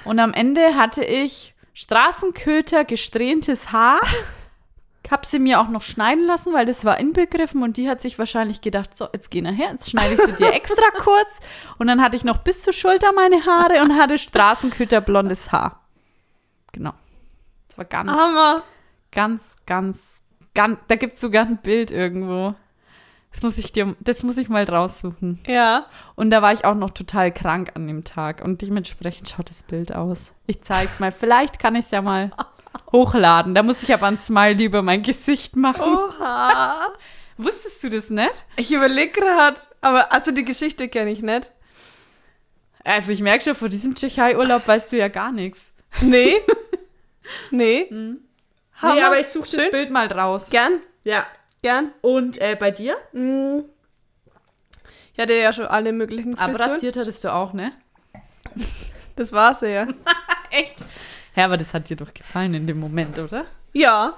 C: Und am Ende hatte ich Straßenköter, gesträhntes Haar. Hab sie mir auch noch schneiden lassen, weil das war inbegriffen und die hat sich wahrscheinlich gedacht, so, jetzt geh nachher, jetzt schneide ich sie dir extra kurz. Und dann hatte ich noch bis zur Schulter meine Haare und hatte Straßenköter blondes Haar. Genau. Das war ganz,
B: Hammer.
C: ganz, ganz, ganz, da gibt's sogar ein Bild irgendwo. Das muss ich dir, das muss ich mal raussuchen.
B: Ja.
C: Und da war ich auch noch total krank an dem Tag. Und dementsprechend schaut das Bild aus. Ich zeig's mal. Vielleicht kann ich's ja mal hochladen. Da muss ich aber ein Smiley über mein Gesicht
B: Oh.
C: machen.
B: Oha.
C: Wusstest du das nicht?
B: Ich überlege gerade, aber also die Geschichte kenne ich nicht.
C: Also ich merke schon, vor diesem Tschechei-Urlaub weißt du ja gar nichts.
B: Nee. Hm. nee. Hammer.
C: suche
B: Schön.
C: Bild mal raus.
B: Gern,
C: Ja.
B: gern.
C: Und äh, bei dir?
B: Mm. Ich hatte ja schon alle möglichen
C: Aber
B: Frisuren.
C: rasiert hattest du auch, ne?
B: Das war's ja.
C: Echt? Ja, aber das hat dir doch gefallen in dem Moment, oder?
B: ja.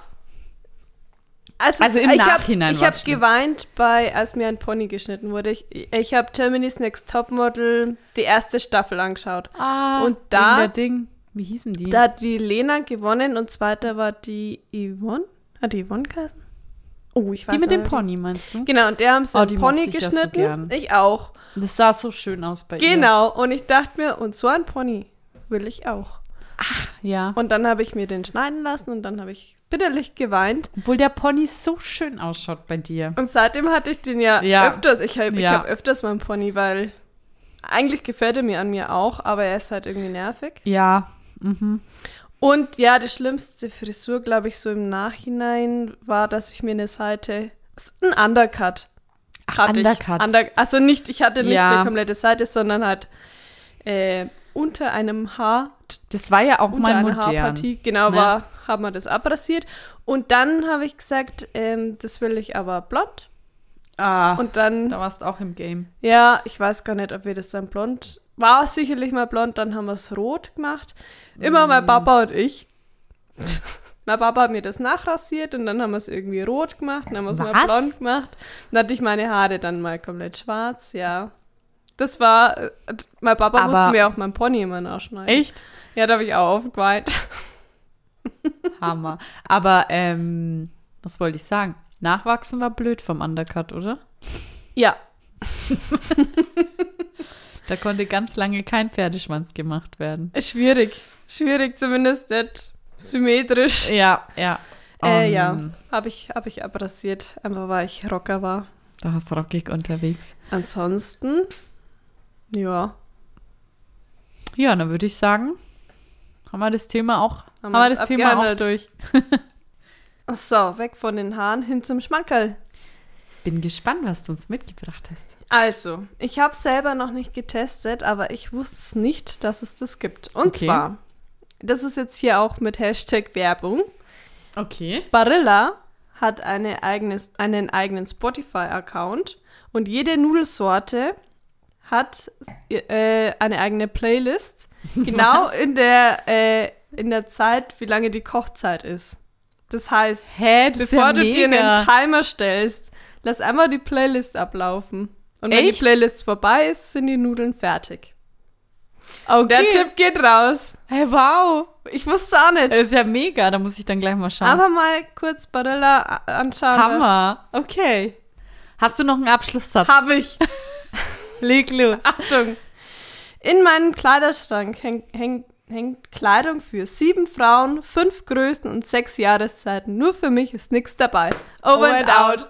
B: Also,
C: Also im
B: ich hab-
C: Nachhinein
B: Ich
C: war's
B: habe
C: schlimm.
B: geweint, bei, als mir ein Pony geschnitten wurde. Ich, ich habe Germany's Next Topmodel die erste Staffel angeschaut.
C: Ah,
B: Und
C: und
B: da-
C: da. Der Ding. Wie hießen die?
B: Da hat die Lena gewonnen und zweiter war die Yvonne. Hat die Yvonne geheißen? Oh, ich weiß
C: die mit dem
B: aber-
C: Pony, meinst du?
B: Genau, und der haben sie
C: Oh,
B: einen
C: die
B: Pony
C: mochte ich ja so
B: geschnitten.
C: gern.
B: ich auch.
C: Das sah so schön aus bei ihr.
B: Genau, und ich dachte mir, und so ein Pony will ich auch.
C: Ja.
B: Und dann habe ich mir den schneiden lassen und dann habe ich bitterlich geweint.
C: Obwohl der Pony so schön ausschaut bei dir.
B: Und seitdem hatte ich den ja,
C: Ja.
B: öfters. Ich habe ich
C: Ja.
B: hab öfters meinen Pony, weil eigentlich gefällt er mir an mir auch, aber er ist halt irgendwie nervig.
C: Ja. Mhm.
B: Und ja, die schlimmste Frisur, glaube ich, so im Nachhinein war, dass ich mir eine Seite, ein Undercut hatte
C: Undercut.
B: ich. Under, also nicht, ich hatte nicht
C: Ja.
B: eine komplette Seite, sondern halt äh, unter einem Haar
C: Das war ja auch
B: unter
C: mal
B: einer
C: modern.
B: Haarpartie, genau,
C: ne?
B: war, haben wir das abrasiert. Und dann habe ich gesagt, ähm, das will ich aber blond.
C: Ah,
B: Und dann,
C: da warst auch im Game.
B: ja, ich weiß gar nicht, ob wir das dann blond, war sicherlich mal blond, dann haben wir es rot gemacht. Immer
C: Mm.
B: mein Papa und ich. mein Papa hat mir das nachrasiert und dann haben wir es irgendwie rot gemacht, dann haben wir es mal
C: Was?
B: blond gemacht. Dann hatte ich meine Haare dann mal komplett schwarz, ja. Das war, äh, mein Papa
C: Aber-
B: musste mir auch mein Pony immer nachschneiden. Ja, da habe ich auch aufgeweint.
C: Hammer. Aber, ähm, was wollte ich sagen? Nachwachsen war blöd vom Undercut, oder?
B: Ja,
C: Da konnte ganz lange kein Pferdeschwanz gemacht werden.
B: Schwierig. Schwierig, zumindest nicht symmetrisch.
C: Ja, ja.
B: Äh,
C: Ähm,
B: ja, habe ich, hab ich abrasiert, einfach weil ich Rocker war.
C: Da warst du rockig unterwegs.
B: Ansonsten, ja,
C: Ja, dann würde ich sagen, haben wir das Thema auch, haben wir
B: wir's
C: das Thema auch
B: abgehandelt.
C: durch.
B: So, weg von den Haaren hin zum Schmankerl.
C: Bin gespannt, was du uns mitgebracht hast.
B: Also, ich habe selber noch nicht getestet, aber ich wusste nicht, dass es das gibt. Und
C: Okay.
B: zwar, das ist jetzt hier auch mit Hashtag Werbung.
C: Okay.
B: Barilla hat eine eigenes, einen eigenen Spotify-Account und jede Nudelsorte hat äh, eine eigene Playlist, genau in der, äh, in der Zeit, wie lange die Kochzeit ist. Das heißt,
C: Hä, das
B: bevor du
C: ist ja
B: dir
C: mega.
B: einen Timer stellst, lass einmal die Playlist ablaufen. Und wenn die
C: Echt?
B: Playlist vorbei ist, sind die Nudeln fertig. Der Tipp geht raus.
C: Hey, wow.
B: Ich wusste es auch nicht.
C: Das ist ja mega, da muss ich dann gleich mal schauen.
B: Aber mal kurz Barilla a- anschauen.
C: Hammer. Okay. Hast du noch einen Abschlusssatz?
B: Habe ich.
C: Leg los.
B: Achtung! In meinem Kleiderschrank häng, häng, hängt Kleidung für sieben Frauen, fünf Größen und sechs Jahreszeiten. Nur für mich ist nichts dabei. Over and out.